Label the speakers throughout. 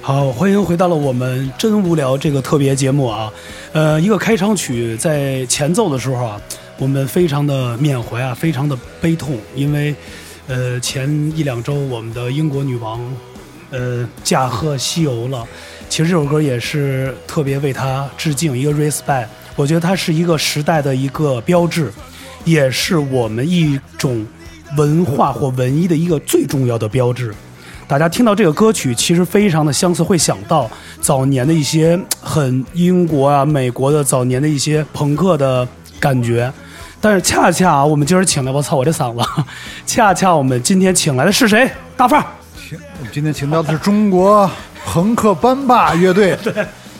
Speaker 1: 好，欢迎回到了我们真无聊这个特别节目啊，呃，一个开场曲在前奏的时候啊，我们非常的缅怀啊，非常的悲痛，因为，呃，前一两周我们的英国女王，呃，驾鹤西游了。其实这首歌也是特别为她致敬，一个 respect。我觉得它是一个时代的一个标志，也是我们一种文化或文艺的一个最重要的标志。大家听到这个歌曲，其实非常的相似，会想到早年的一些很英国啊、美国的早年的一些朋克的感觉。但是恰恰啊，我们今儿请来，我操，我这嗓子，恰恰我们今天请来的是谁？大范儿，
Speaker 2: 请我们今天请到的是中国朋克班霸乐 队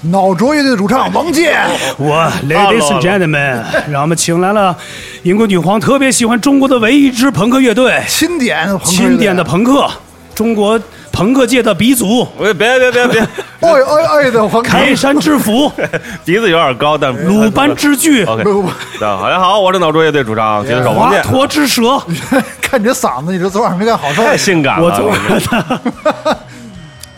Speaker 2: 脑浊乐队的主唱王
Speaker 3: 哦
Speaker 2: 健。
Speaker 1: 我 ladies and gentlemen，让我们请来了英国女皇特别喜欢中国的唯一一支朋克乐队，
Speaker 2: 钦点朋克乐队
Speaker 1: 钦点的，朋克，中国朋克界的鼻祖，
Speaker 3: 我别别别别，
Speaker 2: 哎哎哎的朋克，
Speaker 1: 开山之斧，
Speaker 3: 鼻子有点高，
Speaker 2: 哎
Speaker 3: 但是
Speaker 1: 鲁班之巨，
Speaker 3: OK，
Speaker 2: 不不
Speaker 3: 大家好，我是脑浊乐队主唱吉他手王
Speaker 1: 华
Speaker 3: 健，
Speaker 1: 佗之舌。
Speaker 2: 看你这嗓子，你这昨晚上没干好事儿。
Speaker 3: 太性感了，
Speaker 1: 我昨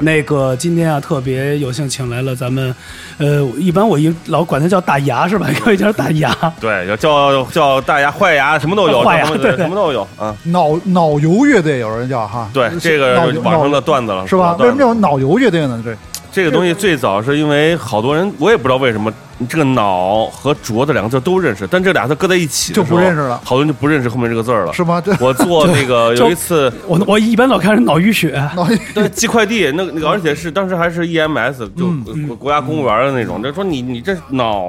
Speaker 1: 那个今天啊，特别有幸请来了咱们，呃，一般我一老管他叫大牙是吧？各位叫大牙，
Speaker 3: 对，有叫叫大牙、坏牙，什么都有，
Speaker 1: 坏牙
Speaker 3: 什么
Speaker 1: 对对
Speaker 3: 什么都有啊。
Speaker 2: 脑脑油乐队有人叫哈，
Speaker 3: 对
Speaker 2: 是
Speaker 3: 这个
Speaker 2: 脑
Speaker 3: 是网上的
Speaker 2: 脑
Speaker 3: 段子了
Speaker 2: 是吧？
Speaker 3: 老段子
Speaker 2: 为什么叫脑油乐队呢？这
Speaker 3: 这个东西最早是因为好多人，我也不知道为什么，这个脑和浊这两个字都认识，但这俩字搁在一起的
Speaker 2: 就不
Speaker 3: 时候
Speaker 2: 认识了
Speaker 3: 好多人就不认识后面这个字儿了。
Speaker 2: 是吗？这
Speaker 3: 我做那 个
Speaker 1: 就
Speaker 3: 有一次。
Speaker 1: 我我一般老看人脑淤血，
Speaker 2: 脑
Speaker 3: 对，寄快递，那个那个，而且是当时还是 EMS，就
Speaker 2: 嗯
Speaker 3: 国、国家公务员的那种。就说你你这脑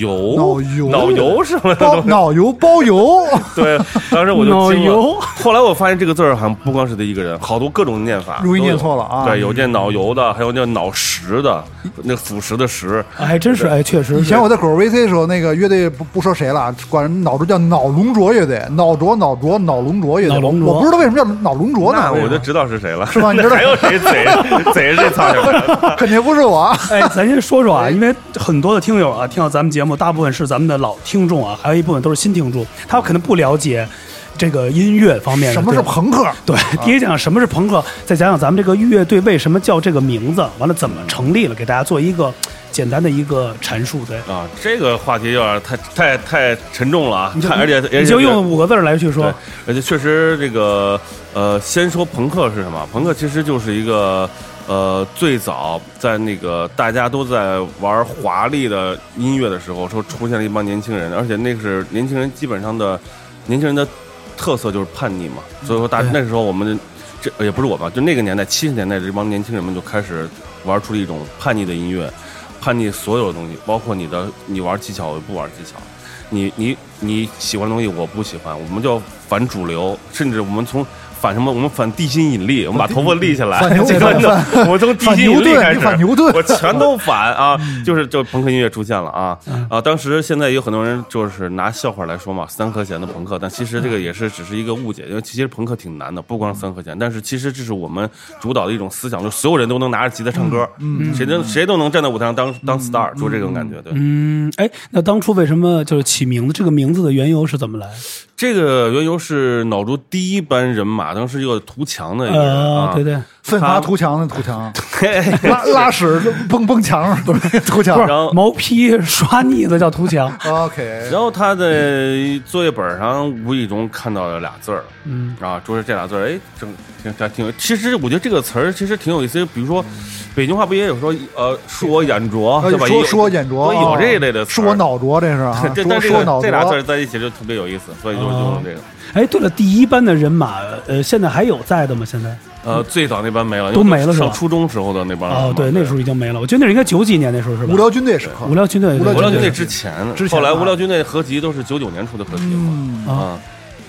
Speaker 3: 油，
Speaker 2: 脑油
Speaker 3: 脑油什么的
Speaker 2: 包
Speaker 3: 东西，
Speaker 2: 脑油包油，
Speaker 3: 对，当时我就
Speaker 1: 脑
Speaker 3: 惊了
Speaker 1: 油
Speaker 3: 后来我发现这个字儿好像不光是这一个人，好多各种念法，
Speaker 2: 容易念错了啊
Speaker 3: 都有对，有念脑油的，还有念脑石的，那腐蚀的石。
Speaker 1: 哎，真是哎，确实是。
Speaker 2: 以前我在狗 VC 的时候，那个乐队不不说谁了，管人脑浊叫脑龙浊乐队，脑浊脑浊脑龙浊乐队。
Speaker 1: 脑
Speaker 2: 我
Speaker 1: 龙浊
Speaker 2: 我不知道为什么叫脑龙浊呢
Speaker 3: 那？我就知道是谁了，
Speaker 2: 啊 是吧你知道
Speaker 3: 还有谁贼贼是这苍蝇？
Speaker 2: 肯定不是我。
Speaker 1: 哎，咱先说说啊，因为很多的听友啊，听到咱们节目，大部分是咱们的老听众啊，还有一部分都是新听众，他可能不了解这个音乐方面的
Speaker 2: 什么是
Speaker 1: 对
Speaker 2: 朋克？啊
Speaker 1: 对，第一讲什么是朋克，再讲讲咱们这个乐队为什么叫这个名字，完了怎么成立了，给大家做一个简单的一个阐述。对，
Speaker 3: 啊，这个话题有点太太太沉重了啊！
Speaker 1: 你就
Speaker 3: 看， 而且而
Speaker 1: 你
Speaker 3: 且
Speaker 1: 就用五个字儿来去说
Speaker 3: 对，，而且确实这个呃，先说朋克是什么？朋克其实就是一个呃，最早在那个大家都在玩华丽的音乐的时候，说出现了一帮年轻人，而且那个是年轻人基本上的年轻人的特色就是叛逆嘛，所以说大
Speaker 1: 对
Speaker 3: 那时候我们这呃也不是我吧，就那个年代七十年代这帮年轻人们就开始玩出了一种叛逆的音乐，叛逆所有的东西，包括你的你玩技巧，我不玩技巧。你你你喜欢的东西我不喜欢，我们就要反主流，甚至我们从反什么，我们反地心引力，我们把头发立起来，
Speaker 2: 反牛
Speaker 3: 这个
Speaker 2: 反反
Speaker 3: 我们从地
Speaker 2: 反
Speaker 3: 心
Speaker 2: 牛
Speaker 3: 引力
Speaker 2: 顿
Speaker 3: 开
Speaker 2: 你
Speaker 3: 始，
Speaker 2: 反牛顿
Speaker 3: 我全都反 啊，就是就朋克音乐出现了啊
Speaker 1: 嗯
Speaker 3: 啊！当时现在有很多人就是拿笑话来说嘛，三和弦的朋克，但其实这
Speaker 1: 嗯
Speaker 3: 个也是只是一个误解，因为其实朋克挺难的，不光是三和弦，但是其实这是我们主导的一种思想，就所有人都能拿着吉他唱歌，谁都谁都能站在舞台上当当 star，就这种感觉，对。
Speaker 1: 嗯，哎，那当初为什么就是起名字？这个名字的缘由是怎么来？
Speaker 3: 这个缘由是脑中第一班人马，当时一个图强的一个人
Speaker 1: 呃
Speaker 3: 啊，，
Speaker 1: 对对，
Speaker 2: 奋发图强的图强，
Speaker 3: 对，
Speaker 2: 拉拉屎蹦蹦墙不是 图
Speaker 1: 不
Speaker 2: 强
Speaker 1: 是。
Speaker 3: 然后
Speaker 1: 毛坯刷腻子叫图强，
Speaker 2: OK，
Speaker 3: 然后他在作业本上无意中看到了俩字儿，
Speaker 1: 嗯，
Speaker 3: 啊，就是这俩字儿，哎，正挺还挺有。其实我觉得这个词儿其实挺有意思，比如说北京话不也有说呃恕我眼拙，对吧？
Speaker 2: 呃说
Speaker 3: 也
Speaker 2: 说眼拙，
Speaker 3: 有
Speaker 2: 啊
Speaker 3: 这一类的词儿，
Speaker 2: 是我脑浊，这是啊，
Speaker 3: 这。
Speaker 2: 说
Speaker 3: 但这
Speaker 2: 说
Speaker 3: 个
Speaker 2: 脑啊
Speaker 3: 这俩字
Speaker 2: 浊
Speaker 3: 儿。在一起就特别有意思，所以就就
Speaker 1: 哦
Speaker 3: 用这个。
Speaker 1: 哎，对了，第一班的人马，呃，现在还有在的吗？现在？
Speaker 3: 呃，最早那班没了，
Speaker 1: 都没了是吧
Speaker 3: 上初中时候的那帮人
Speaker 1: 哦
Speaker 3: 嘛，
Speaker 1: 对，那时候已经没了。我觉得那是应该九几年那时候是吧？
Speaker 2: 无聊军队时刻
Speaker 1: 无，聊军队，
Speaker 2: 无聊
Speaker 3: 啊无聊军队
Speaker 2: 队
Speaker 3: 之前，
Speaker 2: 之前
Speaker 3: 后来
Speaker 2: 啊
Speaker 3: 无聊军队合集都是九九年出的合集嘛，
Speaker 2: 嗯，
Speaker 1: 啊
Speaker 3: 啊，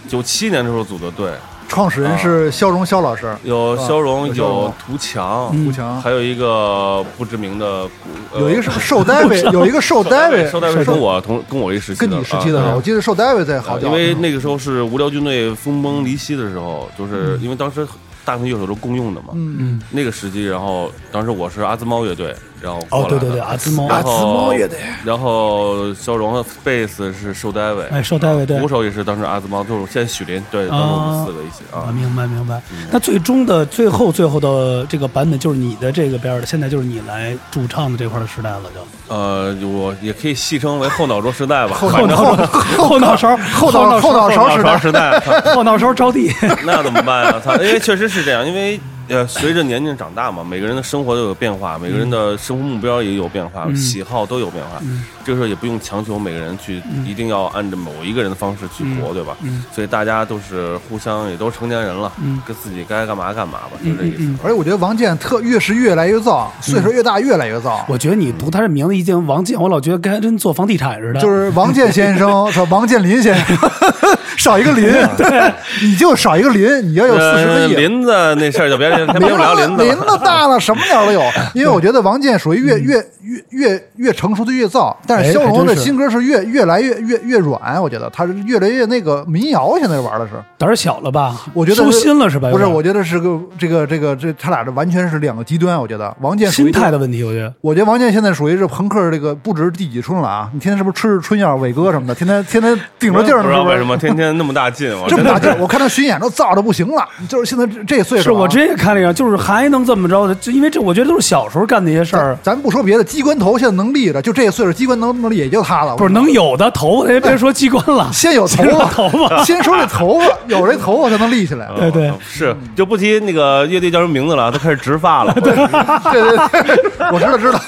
Speaker 3: 九七年的时候组的队，嗯
Speaker 2: 创始人是肖荣肖老师，
Speaker 3: 有肖荣，
Speaker 2: 啊有肖荣嗯
Speaker 3: 有涂强，
Speaker 2: 吴强，
Speaker 3: 还有一个不知名的古，呃
Speaker 2: 有一个 是不是寿戴维，有一个寿
Speaker 3: 戴
Speaker 2: 戴维，
Speaker 3: 寿戴维跟我同跟我一时期的，
Speaker 2: 跟你时期的
Speaker 3: 啊
Speaker 2: 时候，我记得寿戴维在好
Speaker 3: 啊
Speaker 2: 教，
Speaker 3: 因为那个时候是无聊军队分崩离析的时候，就是因为当时大部分乐手都共用的嘛，
Speaker 2: 嗯，
Speaker 1: 嗯，
Speaker 3: 那个时期，然后当时我是阿兹猫乐队，然后
Speaker 1: 哦
Speaker 3: 过，来啊
Speaker 1: 对对
Speaker 3: 的
Speaker 2: 啊
Speaker 1: 对，阿兹猫，
Speaker 3: 然
Speaker 2: 阿兹猫
Speaker 3: 后
Speaker 2: 乐队，
Speaker 3: 然后肖荣的贝斯是寿戴维，
Speaker 1: 哎，邵大卫对
Speaker 3: 鼓，手也是当时阿兹猫，就是现在许林，对，当时我们四个一起
Speaker 1: 啊，
Speaker 3: 啊，
Speaker 1: 明白明白。那最终的最后最后的这个版本就是你的这个边儿的，现在就是你来主唱的这块儿的时代了，就。
Speaker 3: 呃，我也可以戏称为后脑勺时代吧，
Speaker 1: 后脑勺，后脑勺，
Speaker 2: 后脑后脑
Speaker 3: 后
Speaker 2: 勺
Speaker 3: 脑
Speaker 2: 时
Speaker 3: 勺
Speaker 2: 代，
Speaker 3: 时 代，操
Speaker 1: 后脑勺着地。
Speaker 3: 那怎么办呀、操，因为确实是这样，因为呃，随着年龄长大嘛，每个人的生活都有变化，每个人的生活目标也有变化，
Speaker 1: 嗯
Speaker 3: 喜好都有变化。
Speaker 1: 嗯
Speaker 3: 这个时候也不用强求每个人去，一定要按照某一个人的方式去活，对吧？
Speaker 1: 嗯
Speaker 3: 所以大家都是互相，也都成年人了，
Speaker 1: 嗯
Speaker 3: 跟自己该干嘛干嘛吧，就这意思。
Speaker 1: 嗯，
Speaker 2: 而且我觉得王健特越是越来越燥，岁数越大越来越燥。
Speaker 1: 我觉得你读他这名字一听王健，我老觉得跟真做房地产
Speaker 3: 啊
Speaker 1: 似的。
Speaker 2: 就是王健先 生，说王健林先生， 少一个林，对，你就少一个林，你要有哎四十
Speaker 3: 呃，
Speaker 2: 分野。
Speaker 3: 林子那事儿 就别别别聊林子
Speaker 2: 林
Speaker 3: 了。
Speaker 2: 子大了，什么鸟都有。因为我觉得王健属于
Speaker 3: 嗯
Speaker 2: 越越越越越成熟的越燥，但是
Speaker 1: 哎
Speaker 2: 肖
Speaker 1: 还
Speaker 2: 龙的
Speaker 1: 真是
Speaker 2: 新歌是越越来越越越软，我觉得他是越来越那个民谣，现在玩的是。
Speaker 1: 胆儿小了吧？
Speaker 2: 我觉得
Speaker 1: 收心了是吧？
Speaker 2: 不是，
Speaker 1: 有点
Speaker 2: 我觉得是个这个这个这他俩这完全是两个极端。我觉得王健属于
Speaker 1: 心态的问题，我觉得。
Speaker 2: 我觉得王健现在属于是朋克这个不知第几春了啊！你天天是不是吃着春药、伟哥什么的，天天天天顶着劲儿
Speaker 3: 不
Speaker 2: 呢，
Speaker 3: 知
Speaker 2: 是
Speaker 3: 道
Speaker 2: 不
Speaker 3: 为什
Speaker 2: 是？
Speaker 3: 么天天那么大劲，我
Speaker 2: 这
Speaker 3: 真
Speaker 2: 么
Speaker 3: 的
Speaker 2: 大劲儿，我看他巡演都燥的不行了，就是现在这这岁数啊、
Speaker 1: 是我之前也看了一眼，就是还能这么着的，就因为这，我觉得都是小时候干的一些事儿，
Speaker 2: 咱不说别的，机关头现在能立着，就这岁数机关能能立也就他了。
Speaker 1: 不是能有的头发，哎别说机关 了，
Speaker 2: 先有头
Speaker 1: 先有
Speaker 2: 发，
Speaker 1: 头发
Speaker 2: 先说这头发，有这头发才能立起来。
Speaker 1: 对对
Speaker 3: 哦是就不提那个乐队叫什么名字了，他开始植发了。对，
Speaker 2: 对对对，我知道知道，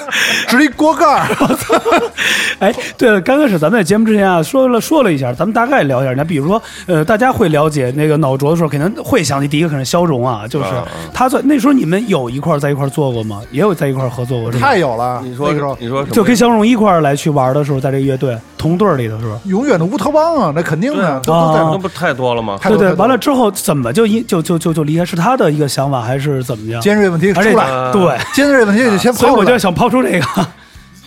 Speaker 2: 只一锅盖儿。
Speaker 1: 哎，对了，刚开始咱们在节目之前啊，说了说了一下，咱们大概聊一下。那比如说，呃，大家会了解那个脑浊的时候，可能会想起第一个可能是肖荣啊，就是
Speaker 3: 啊
Speaker 1: 他在那时候你们有一块儿在一块儿做过吗？也有在一块儿合作过是吗
Speaker 2: 太？有了，
Speaker 3: 你说
Speaker 2: 那个时候
Speaker 3: 你说什么
Speaker 1: 就跟肖荣一块儿来去玩的时候，在这个乐队同队儿里的时候，
Speaker 2: 永远的乌托邦啊，那肯定
Speaker 3: 对啊
Speaker 2: 的，都都在
Speaker 1: 啊
Speaker 3: 那不太多了吗？
Speaker 2: 太
Speaker 1: 对
Speaker 2: 多
Speaker 1: 对
Speaker 2: 太，多
Speaker 1: 完了之后怎么就一就就就就离开？是他的一个想法还是怎么样？
Speaker 2: 尖锐问题出
Speaker 1: 而且
Speaker 2: 来，
Speaker 1: 对，
Speaker 2: 尖锐问题就先抛
Speaker 1: 所以我
Speaker 2: 出来
Speaker 1: 就想抛出这个，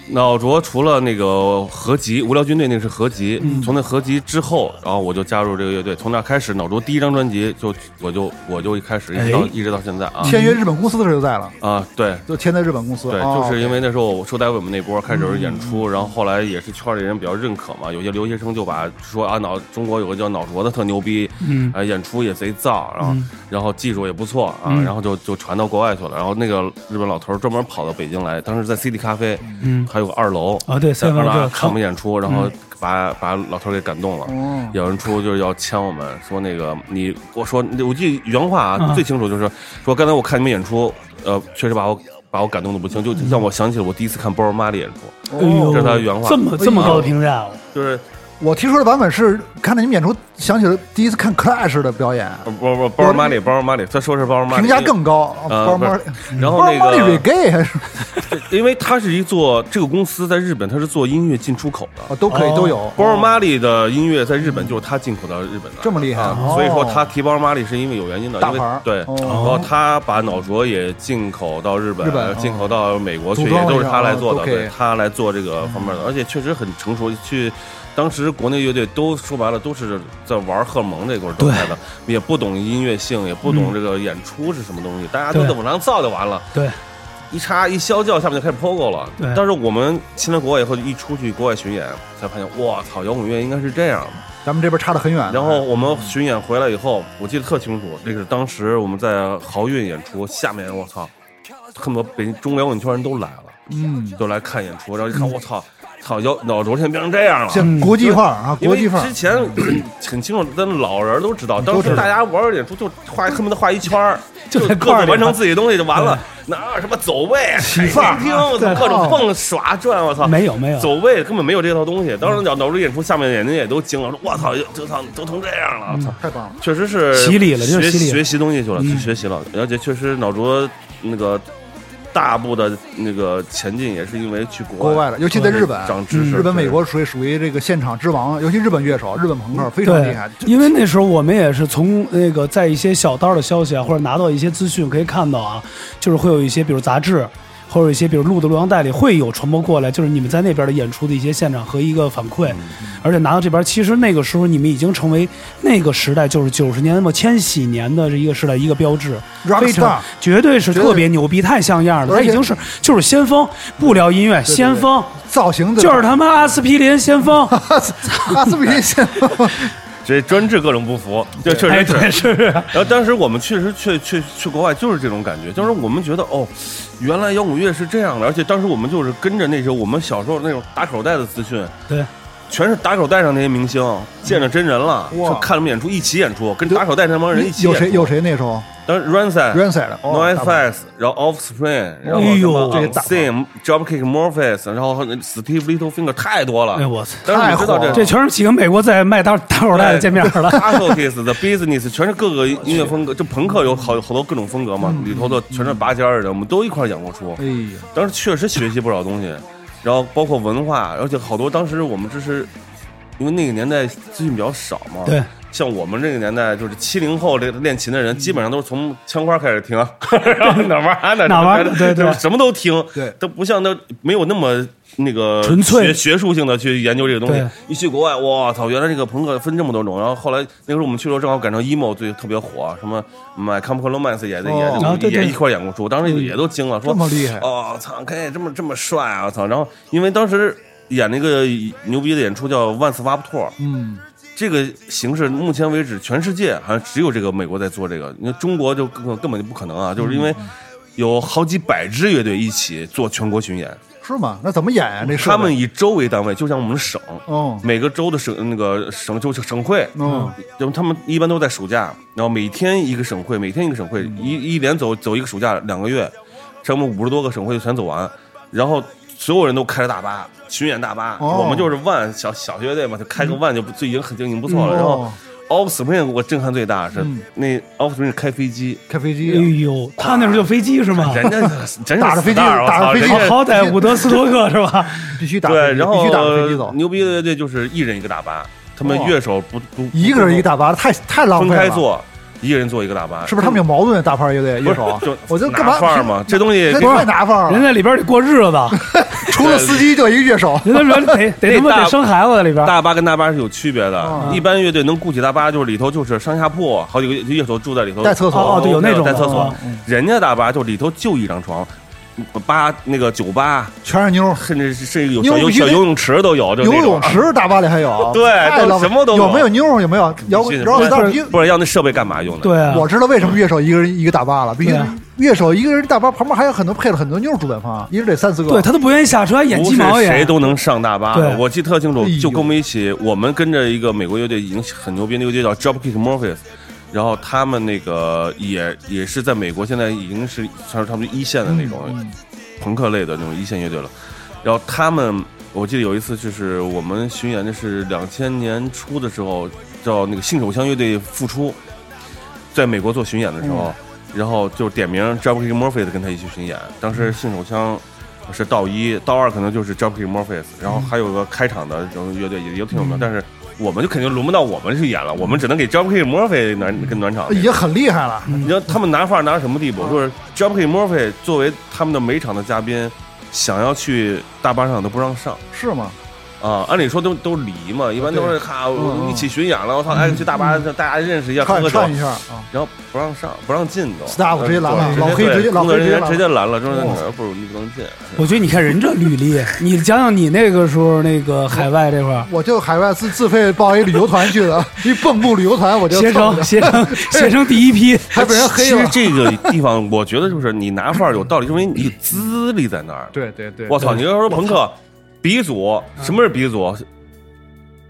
Speaker 3: 脑浊除了那个合集《无聊军队》那是合集，从那合集之后，然后我就加入这个乐队，从那开始，脑浊第一张专辑就我就我就一开始一直到、
Speaker 1: 哎
Speaker 3: 一直到现在啊
Speaker 2: 签约日本公司的时候就在了，
Speaker 3: 啊，对
Speaker 2: 就签在日本公司。
Speaker 3: 对，
Speaker 1: 啊
Speaker 2: 哦
Speaker 3: 就是因为那时候我受戴伟我们那波开始有演出，然后后来也是圈里人比较认可嘛，有些留学生就把说啊脑中国有个叫脑浊的特牛逼，
Speaker 1: 嗯
Speaker 3: 啊演出也贼燥，然后、
Speaker 1: 嗯
Speaker 3: 然后技术也不错啊，
Speaker 1: 嗯
Speaker 3: 然后就就传到国外去了，然后那个日本老头儿专门跑到北京来，当时在 CD 咖啡，
Speaker 1: 嗯，
Speaker 3: 还有个二楼
Speaker 1: 啊对
Speaker 3: 在
Speaker 1: 三
Speaker 3: 二
Speaker 1: 楼就
Speaker 3: 楼
Speaker 1: 是
Speaker 3: 看我们演出，然后把把老头给感动了。
Speaker 2: 嗯哦
Speaker 3: 有人出就是要签我们，说那个你我说我记得原话啊
Speaker 1: 嗯
Speaker 3: 最清楚就是说刚才我看你们演出，呃，确实把我把我感动的
Speaker 2: 嗯
Speaker 3: 不轻，就让我想起了我第一次看波尔玛的演出，
Speaker 2: 哦
Speaker 1: 哎呦，
Speaker 3: 哦这是他的原话
Speaker 1: 这么这么高的评价，
Speaker 3: 就是
Speaker 2: 我听说的版本是看到你们演出，想起了第一次看 Clash 的表演，
Speaker 3: 呃不不波尔玛里波尔玛里，他说是波尔玛里，
Speaker 2: 评价更高。
Speaker 3: 呃
Speaker 2: 包包
Speaker 3: 不然后那
Speaker 2: 包包里
Speaker 3: 个
Speaker 2: reggae 还是
Speaker 3: 因为他是一做这个公司在日本他是做音乐进出口的，
Speaker 2: 哦都可以
Speaker 1: 哦
Speaker 2: 都有。
Speaker 3: 包尔玛丽的音乐在日本就是他进口到日本的，
Speaker 2: 这么厉害
Speaker 3: 啊
Speaker 2: 哦
Speaker 3: 所以说他提包尔玛丽是因为有原因的，
Speaker 2: 大
Speaker 3: 因为
Speaker 2: 牌儿
Speaker 3: 对，
Speaker 2: 哦
Speaker 3: 然后他把脑浊也进口到日本，
Speaker 2: 日本哦
Speaker 3: 进口到美国去，
Speaker 2: 组装
Speaker 3: 也
Speaker 2: 了
Speaker 3: 都是
Speaker 2: 一下
Speaker 3: 他来
Speaker 2: 哦嗯
Speaker 3: 做的，
Speaker 2: 都可以
Speaker 3: 对他来做这个方面的，而且确实很成熟。去当时国内乐队都说白了都是在玩荷尔蒙这块儿状态的，也不懂音乐性，也不懂这个演出是什么东西，大家都
Speaker 1: 对
Speaker 3: 在往上造就完了。
Speaker 1: 对，
Speaker 3: 一插一消叫，下面就开始 POGO 了
Speaker 1: 对。
Speaker 3: 但是我们现在国外以后，一出去国外巡演，才发现，我操，摇滚乐应该是这样的。
Speaker 2: 咱们这边差得很远。啊
Speaker 3: 然后我们巡演回来以后，我记得特清楚，那个是当时我们在豪运演出，下面我操，恨不得北京中摇滚圈人都来了，
Speaker 2: 嗯，
Speaker 3: 都来看演出，然后一看我操，操摇脑浊现在变成这样了。
Speaker 2: 像国际化啊，
Speaker 3: 嗯因
Speaker 2: 国
Speaker 3: 为
Speaker 2: 际化。
Speaker 3: 之前很很清楚，咱老人都知道，
Speaker 2: 都
Speaker 3: 当
Speaker 2: 知道
Speaker 3: 时大家玩儿演出就画，恨不得画一圈儿，
Speaker 1: 就
Speaker 3: 就
Speaker 1: 在
Speaker 3: 各
Speaker 1: 块儿
Speaker 3: 自
Speaker 1: 里
Speaker 3: 完成自己的东西就完了。那什么走位、起
Speaker 2: 范儿
Speaker 3: 听，我操
Speaker 1: 对哦
Speaker 3: 各
Speaker 2: 哦
Speaker 3: 种蹦耍转，我操，
Speaker 1: 没有没有，
Speaker 3: 走位根本没有这套东西。当时脑脑子演出下面的眼睛也都惊了，说我操，都操都成这样了，我操。
Speaker 2: 太棒了！
Speaker 3: 确实是
Speaker 1: 洗礼了就是
Speaker 3: 学
Speaker 1: 洗礼了
Speaker 3: 学习东西去了，去学习了，而且确实脑浊那个大步的那个前进，也是因为去国
Speaker 2: 国外
Speaker 3: 外
Speaker 2: 了，尤其在日本，嗯
Speaker 3: 长知识。
Speaker 2: 日本、美
Speaker 3: 对
Speaker 2: 国属于属于这个现场之王，尤其日本乐手、日本朋
Speaker 3: 嗯
Speaker 2: 克非常厉
Speaker 1: 对
Speaker 2: 害。，就
Speaker 1: 因为那时候我们也是从那个在一些小道的消息啊，或者拿到一些资讯，可以看到啊，就是会有一些比如杂志，或者一些比如录的录像带里会有传播过来，就是你们在那边的演出的一些现场和一个反
Speaker 2: 嗯
Speaker 1: 馈，而且拿到这边，其实那个时候你们已经成为那个时代，就是九十年末千禧年的这一个时代一个标志
Speaker 2: Rockstar
Speaker 1: 非常绝对是特别牛逼，太像样了，
Speaker 2: 而
Speaker 1: 他
Speaker 2: 且
Speaker 1: 已经是就是先锋，不聊音乐，
Speaker 2: 对
Speaker 1: 先锋。
Speaker 2: 造型的
Speaker 1: 就是他妈阿司匹林先 锋，
Speaker 2: 阿斯比林先锋，
Speaker 3: 这专治各种不服，就确
Speaker 1: 哎，
Speaker 3: 实是
Speaker 1: 对，是不是？
Speaker 3: 然后当时我们确实去去去国外就是这种感觉，就是我们觉得哦，原来摇滚乐是这样的，而且当时我们就是跟着那些我们小时候那种打口袋的资讯，
Speaker 1: 对，
Speaker 3: 全是打口袋上那些明星，见着真人了，
Speaker 2: 哇
Speaker 3: 就看他们演出，一起演出，跟打口袋那帮 人一起
Speaker 2: 有
Speaker 3: 演出
Speaker 2: 谁有谁那时候
Speaker 3: 当时 Rancid。
Speaker 2: Rancid 的
Speaker 3: n o i
Speaker 2: 哦大
Speaker 3: s e
Speaker 2: 炮
Speaker 3: Face，然后 Offspring，然后
Speaker 1: 哎呦
Speaker 3: 什
Speaker 1: 这
Speaker 2: 个
Speaker 3: 么
Speaker 2: 大炮
Speaker 3: Sim、Dropkick Murphys，然后 Steve Littlefinger 太多
Speaker 1: 哎，
Speaker 3: 了。
Speaker 1: 我操！
Speaker 3: 但是你知
Speaker 2: 太
Speaker 3: 道
Speaker 2: 火了
Speaker 1: 这全是几个美国在卖大大口袋的见面 了。
Speaker 3: c a s t l e Kiss 的 Business 全是各个音乐风格，就朋克有好好多各种风格嘛，里头的全是拔尖儿的，我们都一块儿演过出
Speaker 2: 哎。呀，
Speaker 3: 当时确实学习不少东西，然后包括文化，而且好多当时我们这是因为那个年代资讯比较少嘛，
Speaker 1: 对，
Speaker 3: 像我们这个年代，就是七零后这练琴的
Speaker 1: 嗯
Speaker 3: 人，基本上都是从枪花开 始听，啊然后哪玩哪
Speaker 1: 哪玩儿对对
Speaker 3: 就是什么都听，
Speaker 2: 对
Speaker 3: 都不像那没有那么那个
Speaker 1: 纯粹
Speaker 3: 学学术性的去研究这个东西
Speaker 1: 对。
Speaker 3: 一去国外，我操，原来这个朋克分这么多种。然后后来那时候我们去的时候，正好赶上 emo 最特别火，什么嗯《My Chemical Romance》也在
Speaker 2: 哦
Speaker 1: 啊
Speaker 3: 也
Speaker 1: 对
Speaker 3: 也
Speaker 1: 对
Speaker 3: 一块儿演过出，当时也都惊了，说
Speaker 2: 这么厉害
Speaker 3: 哦，操，可以这么这么帅啊，操！然后因为当时演那个牛逼的演出叫《万斯瓦普托》，
Speaker 2: 嗯，
Speaker 3: 这个形式目前为止，全世界好像只有这个美国在做这个，因为中国就根本根本就不可能啊，就是因为有好几百支乐队一起做全国巡演，
Speaker 2: 是吗？那怎么演啊？这设备
Speaker 3: 嗯他们以州为单位，就像我们省，
Speaker 2: 哦
Speaker 3: 每个州的省那个省就是省会，
Speaker 2: 嗯，
Speaker 3: 然后他们一般都在暑假，然后每天一个省会，每天一个省会，一一连走走一个暑假两个月，他们五十多个省会就全走完，然后所有人都开着大巴巡演大巴，
Speaker 2: 哦
Speaker 3: 我们就是万小小乐队嘛，就开个万就不就已经很就已经不错
Speaker 2: 嗯
Speaker 3: 了，然后
Speaker 2: 哦。
Speaker 3: Offspring 我震撼最大是、
Speaker 2: 嗯
Speaker 3: 那 Offspring 开飞机，
Speaker 2: 开飞
Speaker 1: 哎
Speaker 3: 嗯
Speaker 2: 机啊
Speaker 1: 呦，他那时候就飞机是吗？
Speaker 3: 人家人家
Speaker 2: 打着飞机打着飞机
Speaker 3: 人家
Speaker 1: 好好歹伍德斯托克是吧？
Speaker 2: 必须打飞
Speaker 3: 对，
Speaker 2: 机，
Speaker 3: 然后嗯
Speaker 2: 必须打飞机走，
Speaker 3: 牛逼的乐队就是一人一个大巴，他们
Speaker 2: 哇
Speaker 3: 乐手不不
Speaker 2: 一个人一个大巴，太太浪
Speaker 3: 分
Speaker 2: 费
Speaker 3: 开
Speaker 2: 了。
Speaker 3: 做，一个人做一个大巴，
Speaker 2: 是不是他们有矛盾？大牌乐队乐手
Speaker 3: 不是，
Speaker 2: 我就干
Speaker 3: 拿
Speaker 2: 嘛
Speaker 3: 范 儿嘛这东西
Speaker 2: 这
Speaker 3: 不是
Speaker 2: 太拿范儿
Speaker 1: 人
Speaker 2: 了。
Speaker 1: 在里边得过日子，
Speaker 2: 除了司机就一个乐手，
Speaker 1: 人在里边 得得
Speaker 3: 那
Speaker 1: 他妈
Speaker 3: 大
Speaker 1: 得生孩子在里边。
Speaker 3: 大巴跟大巴是有区别的
Speaker 1: 啊
Speaker 2: 哦，
Speaker 3: 一般乐队能雇起大巴，就是里头就是上下铺，好几个乐手住在里头，
Speaker 2: 带厕所
Speaker 1: 哦哦对有那种
Speaker 3: 带
Speaker 1: 的
Speaker 3: 厕所
Speaker 1: 哦。
Speaker 2: 嗯
Speaker 3: 人家大巴就里头就一张床，八那个酒吧，
Speaker 2: 全是妞儿。
Speaker 3: 甚至是是有
Speaker 2: 因
Speaker 3: 小
Speaker 2: 为
Speaker 3: 游
Speaker 2: 必须
Speaker 3: 小
Speaker 2: 得
Speaker 3: 游泳池都有，就
Speaker 2: 游
Speaker 3: 那种
Speaker 2: 泳池大巴里还有，啊
Speaker 3: 对
Speaker 2: 太
Speaker 3: 都
Speaker 2: 浪费
Speaker 3: 什么都有
Speaker 2: 有没有妞儿？有没有摇滚？然后
Speaker 3: 不是
Speaker 2: 到底
Speaker 3: 不然要那设备干嘛用的？
Speaker 1: 对啊，
Speaker 2: 我知道为什么乐手一个人一个大巴了，必须
Speaker 1: 对啊
Speaker 2: 乐手一个人大巴旁边还有很多配了很多妞儿主办方，一人得三四个。
Speaker 1: 对他都不愿意下车，还演
Speaker 3: 不
Speaker 1: 鸡
Speaker 3: 是
Speaker 1: 毛
Speaker 3: 谁
Speaker 1: 也。
Speaker 3: 都能上大巴的。
Speaker 1: 对
Speaker 3: 我记得特清楚
Speaker 2: 哎，呦
Speaker 3: 就跟我们一起，我们跟着一个美国乐队已经很牛逼，那个乐队叫 Dropkick Murphys。然后他们那个也也是在美国，现在已经是算是他们一线的那种
Speaker 2: 嗯
Speaker 3: 朋克类的那种一线乐队了。然后他们，我记得有一次就是我们巡演的是两千年初的时候，叫那个信手枪乐队复出，在美国做巡演的时候，然后就点名 Dropkick Murphys 跟他一起巡演。当时信手枪是道一，道二可能就是 Dropkick Murphys，然后还有个开场的然后乐队也也挺有名，但是我们就肯定轮不到我们去演了，我们只能给 Dropkick Murphys 暖跟暖场去。
Speaker 2: 已经很厉害了。
Speaker 3: 你知道他们拿范儿拿到什么地步？就是 Jumpy Murphy 作为他们的每场的嘉宾，想要去大巴上都不让上
Speaker 2: 是吗？
Speaker 3: 啊。按理说都都离嘛，一般都是哈
Speaker 2: 嗯
Speaker 3: 一起巡演了，我操，哎去大巴大家认识一下，喝
Speaker 2: 串
Speaker 3: 个酒
Speaker 2: 串，一下啊！
Speaker 3: 然后不让上，不让进都。
Speaker 2: Staff 直接拦了
Speaker 3: 对
Speaker 2: 老黑
Speaker 3: 对
Speaker 2: 直接老
Speaker 3: 工作
Speaker 2: 黑
Speaker 3: 人
Speaker 2: 直接拦哦
Speaker 3: 员直接拦了，说
Speaker 2: 哇
Speaker 3: 你不如你不能进。
Speaker 1: 我觉得你看人这履历，你讲讲你那个时候那个海外这块儿，
Speaker 2: 我就海外自自费报一旅游团去的， 一蚌埠旅游团，我就
Speaker 1: 携
Speaker 2: 凑
Speaker 1: 程
Speaker 2: 着
Speaker 1: 携程 携程第一批，
Speaker 2: 还被人黑
Speaker 3: 其 实
Speaker 2: 了。
Speaker 3: 这个地方，我觉得就是你拿范儿有道理，因为你有资历在那儿。
Speaker 2: 对对对
Speaker 3: 我操！你要说朋克，鼻祖什么是鼻祖？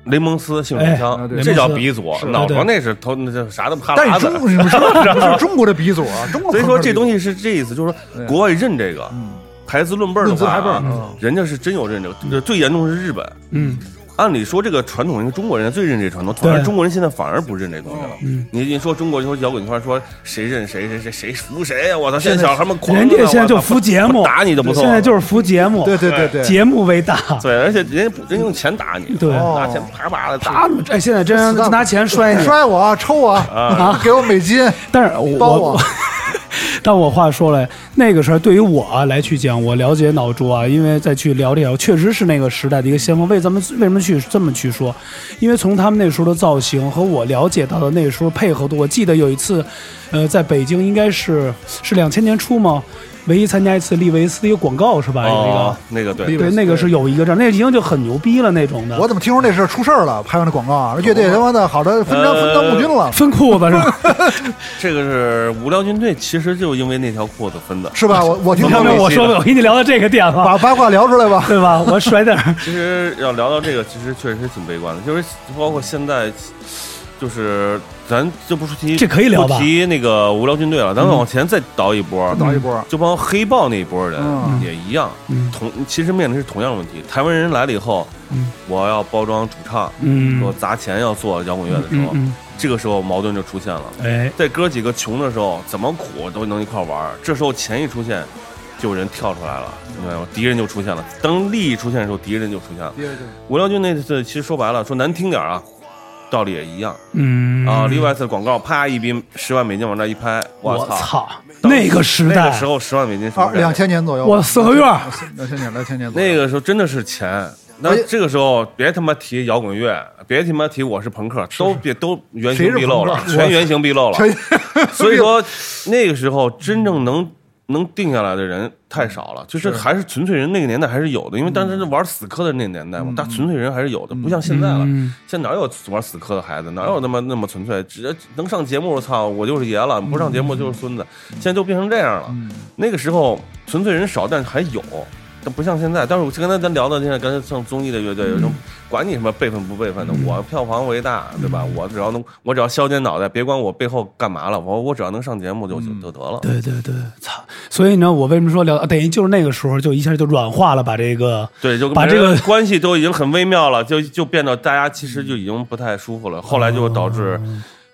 Speaker 3: 雷蒙斯性手
Speaker 2: 哎
Speaker 3: 枪，
Speaker 2: 对
Speaker 3: 这叫
Speaker 1: 雷蒙斯
Speaker 3: 鼻祖。
Speaker 2: 是
Speaker 3: 脑
Speaker 1: 对
Speaker 3: 瓜那是头，那叫啥都哈
Speaker 2: 但
Speaker 3: 喇
Speaker 2: 是
Speaker 3: 子
Speaker 2: 中。你们知道这 是中国的鼻祖啊，中国。
Speaker 3: 所以说这东
Speaker 2: 西，
Speaker 3: 西是这意思，就是
Speaker 2: 对
Speaker 3: 说国外认这个
Speaker 2: 嗯，
Speaker 3: 排字论辈儿的
Speaker 2: 论资
Speaker 3: 话
Speaker 2: 排辈儿
Speaker 3: 啊，
Speaker 2: 嗯
Speaker 3: 人家是真有认这个。最严重是日本，
Speaker 1: 嗯，
Speaker 3: 按理说这个传统，因为中国人最认这传统，反而中国人现在反而不认这东西了。你你说中国就说摇滚圈说谁认谁谁谁谁服谁啊呀？我操！现在小孩们狂
Speaker 1: 人家
Speaker 3: 的
Speaker 1: 现在就
Speaker 3: 我操
Speaker 1: 服节目，
Speaker 3: 不打你就不错了。
Speaker 1: 现在就是服节目，
Speaker 2: 对对对对，
Speaker 1: 节目为大。
Speaker 3: 对，而且人家不人家用钱打你，
Speaker 1: 对
Speaker 2: 哦
Speaker 3: 拿钱啪啪的
Speaker 1: 他
Speaker 3: 打。
Speaker 1: 们哎，现在真拿钱摔 你，
Speaker 2: 摔我啊，抽我啊，给我美金，
Speaker 1: 但是我
Speaker 2: 帮
Speaker 1: 我
Speaker 2: 我
Speaker 1: 但我话说来，那个事儿对于我、啊、来去讲，我了解脑珠啊，因为再去聊这条，确实是那个时代的一个先锋。为咱们为什么去这么去说？因为从他们那时候的造型和我了解到的那时候配合度，我记得有一次，呃，在北京应该是是两千年初吗？唯一参加一次利维斯的一个广告是吧？有一
Speaker 3: 哦
Speaker 1: 个。，
Speaker 3: 那个对
Speaker 2: 利维
Speaker 1: 对，
Speaker 2: 斯
Speaker 1: 那个是有一个这样，那已经就很牛逼了那种的。
Speaker 2: 我怎么听说那是出事儿了？拍完这广告啊，乐队他妈的好的分赃分赃不均
Speaker 3: 呃
Speaker 2: 了，
Speaker 1: 分裤子是吧？
Speaker 3: 这个是无聊军队，其实就因为那条裤子分的。
Speaker 2: 是吧？我我听
Speaker 1: 你
Speaker 2: 他
Speaker 1: 看
Speaker 2: 们
Speaker 1: 没有？我说
Speaker 3: 没
Speaker 1: 的，我跟你聊到这个点了，
Speaker 2: 把八卦聊出来吧。
Speaker 1: 对吧？我甩点儿。
Speaker 3: 其实要聊到这个，其实确实挺悲观的，就是包括现在，就是咱就不说提
Speaker 1: 这可以聊吧嗯
Speaker 3: 不提那个无聊军队了，咱们往前再倒一波，
Speaker 2: 倒一波，
Speaker 3: 就帮黑豹那一波人
Speaker 2: 嗯
Speaker 3: 也一样，
Speaker 1: 嗯
Speaker 3: 同其实面临是同样的问题。台湾人来了以后，
Speaker 1: 嗯
Speaker 3: 我要包装主唱，
Speaker 1: 嗯
Speaker 3: 我砸钱要做摇滚乐的时候，
Speaker 1: 嗯
Speaker 3: 这个时候矛盾就出现了。
Speaker 1: 嗯，哎，
Speaker 3: 在哥几个穷的时候，怎么苦都能一块玩儿。这时候钱一出现，就有人跳出来了，明白吗？敌人就出现了。当利益出现的时候，敌人就出现了。
Speaker 2: 嗯
Speaker 3: 无聊军那次其实说白了，说难听点儿啊，道理也一样
Speaker 1: 嗯
Speaker 3: 啊。另外一次广告啪一笔十万美金往那一拍，我
Speaker 1: 我
Speaker 3: 操！
Speaker 1: 操，那个时代，
Speaker 3: 那个时候十万美金什么
Speaker 2: 二
Speaker 3: 概
Speaker 2: 啊哦
Speaker 3: 念
Speaker 2: 两千年左右，
Speaker 1: 我四合院儿
Speaker 2: 两千年，两千年左右。
Speaker 3: 那个时候真的是钱。那
Speaker 2: 而且
Speaker 3: 这个时候别他妈提摇滚乐，别他妈提我是朋克，都别都原形毕露了
Speaker 2: 谁，是朋克
Speaker 3: 全原形毕露了。 所以说那个时候真正能能定下来的人太少了，就是还是纯粹人那个年代还是有的，因为当时玩死磕的那个年代嘛，但纯粹人还是有的，不像现在了
Speaker 1: 嗯。
Speaker 3: 现在哪有玩死磕的孩子，哪有那么那么纯粹？只能上节目，我操，我就是爷了；不上节目就是孙子。现在就变成这样了。那个时候纯粹人少，但是还有。但不像现在，但是我刚才咱聊到现在，刚才上综艺的乐
Speaker 2: 嗯
Speaker 3: 队，有什么管你什么辈分不辈分的，我票房为大，对吧？
Speaker 2: 嗯
Speaker 3: 我只要能，我只要削尖脑袋，别管我背后干嘛了，我我只要能上节目就
Speaker 2: 嗯
Speaker 3: 就得了。
Speaker 1: 对对对，操！所以呢，我为什么说聊，等于就是那个时候就一下就软化了，把这个
Speaker 3: 对，就
Speaker 1: 把这个
Speaker 3: 关系都已经很微妙了，就就变得大家其实就已经不太舒服了，后来就导致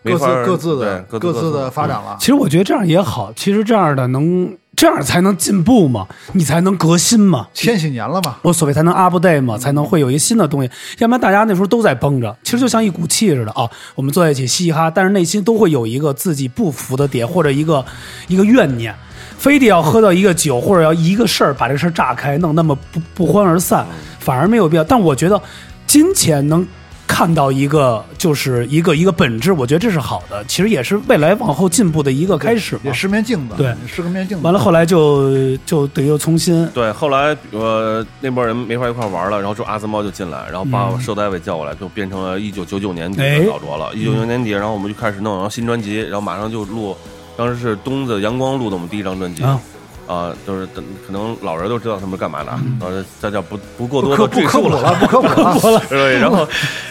Speaker 3: 没
Speaker 2: 各
Speaker 3: 法
Speaker 2: 哦自各自的
Speaker 3: 对各
Speaker 2: 自的发
Speaker 3: 展。
Speaker 2: 展了
Speaker 1: 其。实我觉得这样也好，其实这样的能这样才能进步嘛，你才能革新嘛。
Speaker 2: 千禧年了嘛，
Speaker 1: 我所谓才能 update 嘛，才能会有一个新的东西，要不然大家那时候都在绷着，其实就像一股气似的啊。我们坐在一起嘻嘻哈，但是内心都会有一个自己不服的点，或者一个一个怨念，非得要喝到一个酒，或者要一个事儿把这事儿炸开，弄那么不不欢而散，反而没有必要。但我觉得金钱能。看到一个就是一个一个本质，我觉得这是好的，其实也是未来往后进步的一个开始嘛
Speaker 2: 也。是面镜子，
Speaker 1: 对，
Speaker 2: 是个面镜子。
Speaker 1: 完了，后来就就得又重新
Speaker 3: 对，后来呃那波人没法一块玩了，然后就阿兹猫就进来，然后把我社代委叫过来，就变成了一九九九年底
Speaker 1: 哎
Speaker 3: 的老卓了。一九九年底，然后我们就开始弄，然后新专辑，然后马上就录，当时是东子阳光录的我们第一张专辑。
Speaker 1: 啊
Speaker 3: 啊，就是等可能老人都知道他们是干嘛的，然后大家不不过
Speaker 2: 不
Speaker 3: 多
Speaker 2: 科
Speaker 3: 的
Speaker 2: 不
Speaker 3: 赘
Speaker 2: 科
Speaker 3: 述
Speaker 2: 普了，不科普了。
Speaker 3: 对，然后，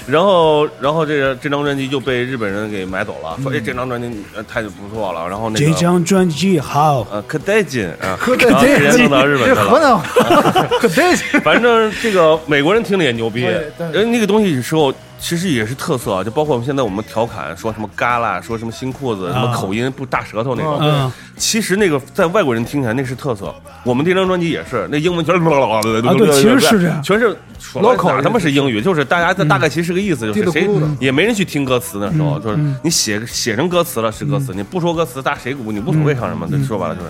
Speaker 3: 然后，然后这个这张专辑就被日本人给买走了，说哎这张专辑呃太不错了，然后那
Speaker 1: 这
Speaker 3: 个
Speaker 1: 张专辑好。
Speaker 3: 呃可带劲啊，
Speaker 2: 可
Speaker 3: 然后人弄到日本
Speaker 2: 这
Speaker 3: 去
Speaker 2: 河
Speaker 3: 了。
Speaker 2: 南话，可得劲。
Speaker 3: 反正这个美国人听着也牛逼，
Speaker 2: 对对
Speaker 3: 人那个东西时候其实也是特色啊，就包括我们现在我们调侃说什么旮旯，说什么新裤子，什么口音不大舌头那种，
Speaker 1: 啊嗯，
Speaker 3: 其实那个在外国人听起来那是特色，我们这张专辑也是，那英文全是 啊，
Speaker 1: 对其实是这样
Speaker 3: 全是说
Speaker 2: Local
Speaker 3: 哪他妈是英语，就是大家在大概其实个意思，就是
Speaker 2: 嘀
Speaker 3: 谁
Speaker 2: 里咕噜的
Speaker 3: 也没人去听歌词那时候，就是你写写成歌词了是歌词，你不说歌词，大家谁鼓你无所谓唱什么，对说白了就是。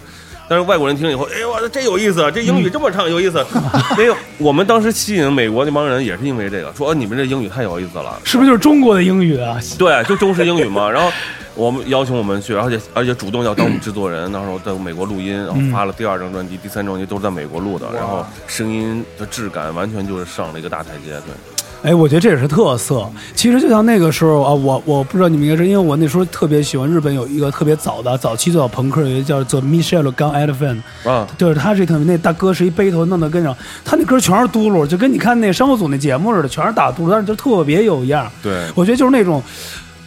Speaker 3: 但是外国人听了以后，哎呦，我这有意思，这英语这么唱有意思。 没有，我们当时吸引美国那帮人也是因为这个，说、哦你们这英语太有意思了，
Speaker 1: 是不是就是中国的英语啊？
Speaker 3: 对，就中式英语嘛。然后我们邀请我们去，而且而且主动要当我们制作人。那时候在美国录音，然后发了第二张专辑、第三张专辑都是在美国录的，然后声音的质感完全就是上了一个大台阶。对，
Speaker 1: 哎，我觉得这也是特色。其实就像那个时候啊，我我不知道你们应该是，因为我那时候特别喜欢日本有一个特别早的早期最早朋克，有一个叫做 Michelle Gun Elephant，
Speaker 3: 啊，
Speaker 1: 就是他这特别那大哥是一背头弄得跟上，他那歌全是嘟噜，就跟你看那商务组那节目似的，全是打嘟噜，但是就特别有样儿。
Speaker 3: 对
Speaker 1: 我觉得就是那种。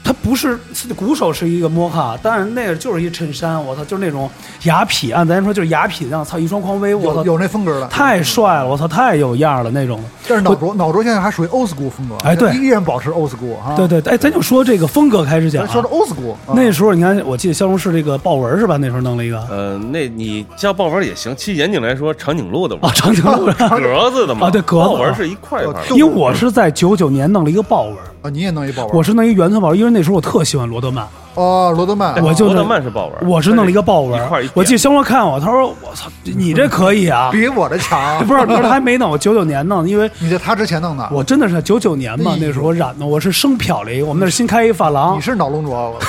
Speaker 1: 他不是鼓手是一个摩卡，但是那个就是一衬衫，我操，就是那种雅痞，啊按咱说就是雅痞那样，操，一双匡威， 我
Speaker 2: 有
Speaker 1: 操，
Speaker 2: 有那风格了。
Speaker 1: 太帅了，我操，太有样儿了那种。
Speaker 2: 但是脑浊脑浊现在还属于 old school 风格，
Speaker 1: 哎对
Speaker 2: 依然保持 old school
Speaker 3: 啊
Speaker 2: 哈。
Speaker 1: 对，对，对哎，咱就说这个风格开始讲
Speaker 2: 咱
Speaker 1: 啊、
Speaker 2: 说的 old school，啊
Speaker 1: 那时候你看，我记得骁龙是这个豹纹是吧？那时候弄 了一个啊、
Speaker 3: 呃，那你叫豹纹也行，其实严谨来说，长颈鹿的嘛，
Speaker 1: 啊长颈鹿，
Speaker 3: 格子的嘛，
Speaker 1: 啊对格子
Speaker 3: 豹纹是一块一块的
Speaker 2: 哦。
Speaker 1: 因为我是在九九年弄了一个豹纹，
Speaker 2: 啊，你也弄一豹纹
Speaker 1: 我是弄一原寸豹纹，因为那时候我特喜欢罗德曼，
Speaker 2: 哦，罗德曼，
Speaker 1: 我就
Speaker 3: 罗
Speaker 1: 是
Speaker 3: 德曼是豹纹，
Speaker 1: 我是弄了一个豹纹
Speaker 3: 一块一点
Speaker 1: 我记得肖罗看我，他说我操，你这可以 啊，
Speaker 2: 比我的强。
Speaker 1: 不是，他说他还没弄，我九九年弄，因为
Speaker 2: 你在他之前弄的，
Speaker 1: 我真的是九九年嘛
Speaker 2: 哎，呦
Speaker 1: 那时候我染的，我是生漂了一个，我们那儿新开一发廊
Speaker 2: 你，是脑龙浊，我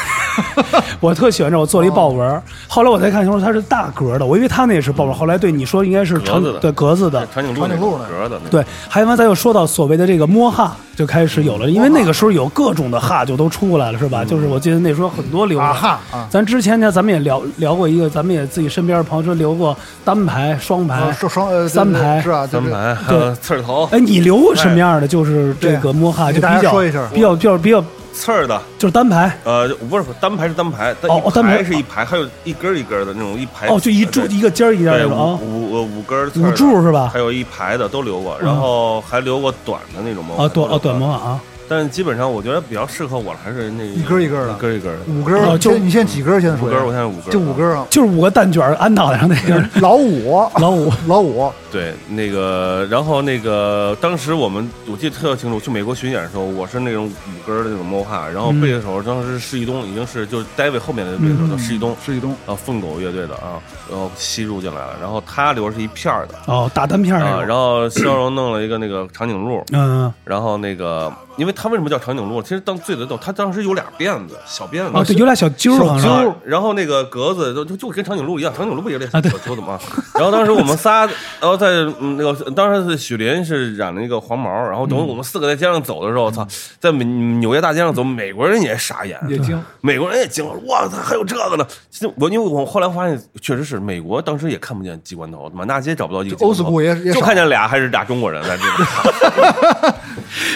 Speaker 1: 我特喜欢这，我做
Speaker 3: 啊
Speaker 1: 了一豹纹儿。后来我才看清楚它是大格的，我以为它那也是豹纹，后来对你说应该是长
Speaker 3: 格子的
Speaker 1: 对格子的。
Speaker 3: 长颈鹿
Speaker 2: 长颈鹿
Speaker 3: 那
Speaker 2: 呢
Speaker 3: 种格的那种。
Speaker 1: 对，还有完，咱又说到所谓的这个摸哈，就开始有了，因为那个时候有各种的哈就都出来了，是吧？就是我记得那时候很多流行
Speaker 2: 啊哈啊
Speaker 1: 咱之前呢，咱们也聊聊过一个，咱们也自己身边的朋友说留过单排、双排
Speaker 2: 啊，说双呃
Speaker 1: 哎三排
Speaker 2: 是啊，就
Speaker 3: 三
Speaker 2: 是
Speaker 3: 盘还有 刺儿头、
Speaker 1: 哎，你留过什么样的？就是这个摸哈，就比
Speaker 2: 对给大家
Speaker 1: 较
Speaker 2: 说一下
Speaker 1: 比较比较比较
Speaker 3: 刺儿的，
Speaker 1: 就是单排
Speaker 3: 呃，不是单排是单排，但
Speaker 1: 哦
Speaker 3: 一
Speaker 1: 单排
Speaker 3: 排是一排，还有一根儿一根儿的那种一排。
Speaker 1: 哦，就一柱
Speaker 3: 哎对
Speaker 1: 一个尖儿一尖儿
Speaker 3: 对
Speaker 1: 那
Speaker 3: 五
Speaker 1: 种啊，
Speaker 3: 五呃五根儿刺
Speaker 1: 五
Speaker 3: 儿的哎
Speaker 1: 柱是吧嗯
Speaker 3: 还？有一排的都留过，然后还留过短的那种毛
Speaker 1: 啊，短哦短毛，啊，
Speaker 3: 但基本上我觉得比较适合我的还是那一
Speaker 2: 根儿一根儿的
Speaker 3: 一根儿一根儿的
Speaker 2: 五根
Speaker 1: 哦
Speaker 2: 儿，
Speaker 1: 就
Speaker 2: 现在你现在几根儿？现在
Speaker 3: 五
Speaker 2: 属于
Speaker 3: 根儿，我现在五根儿，
Speaker 2: 就五根儿啊，
Speaker 1: 就是五个蛋卷儿安脑袋上那个
Speaker 2: 老五，
Speaker 1: 老五。
Speaker 2: 老五，
Speaker 3: 对，那个，然后那个，当时我们我记得特清楚，去美国巡演的时候，我是那种五根儿的那种 m o h a 然后
Speaker 1: 嗯
Speaker 3: 贝斯手当时是施一东，已经是就是 David 后面的贝斯手叫施一东，
Speaker 2: 是一东，
Speaker 3: 然后疯狗乐队的啊，然后吸入进来了，然后他留的是一片儿的
Speaker 1: 哦，打单片儿
Speaker 3: 啊，
Speaker 1: 那种。
Speaker 3: 然后肖荣弄了一个那个长颈鹿，
Speaker 1: 嗯，
Speaker 3: 然后那个，因为他为什么叫长颈鹿？其实当最早到他当时有俩辫子，小辫子
Speaker 1: 哦，对，有俩小揪儿好
Speaker 3: 小
Speaker 1: 像
Speaker 3: 揪，然后那个格子就就就跟长颈鹿一样，长颈鹿不也 是小揪的吗？然后当时我们仨，然后在嗯那个当时是许林是染了一个黄毛，然后等我们四个在街上走
Speaker 2: 嗯
Speaker 3: 的时候，操，在美纽约大街上走，美国人也傻眼，
Speaker 2: 也精，
Speaker 3: 美国人也惊了，我操，还有这个呢！其实我因为我后来发现，确实是美国当时也看不见机关头，满大街找不到一个机关
Speaker 2: 就
Speaker 3: 头
Speaker 2: old school 也也
Speaker 3: 就
Speaker 2: 少
Speaker 3: 看见俩还是俩中国人在这里。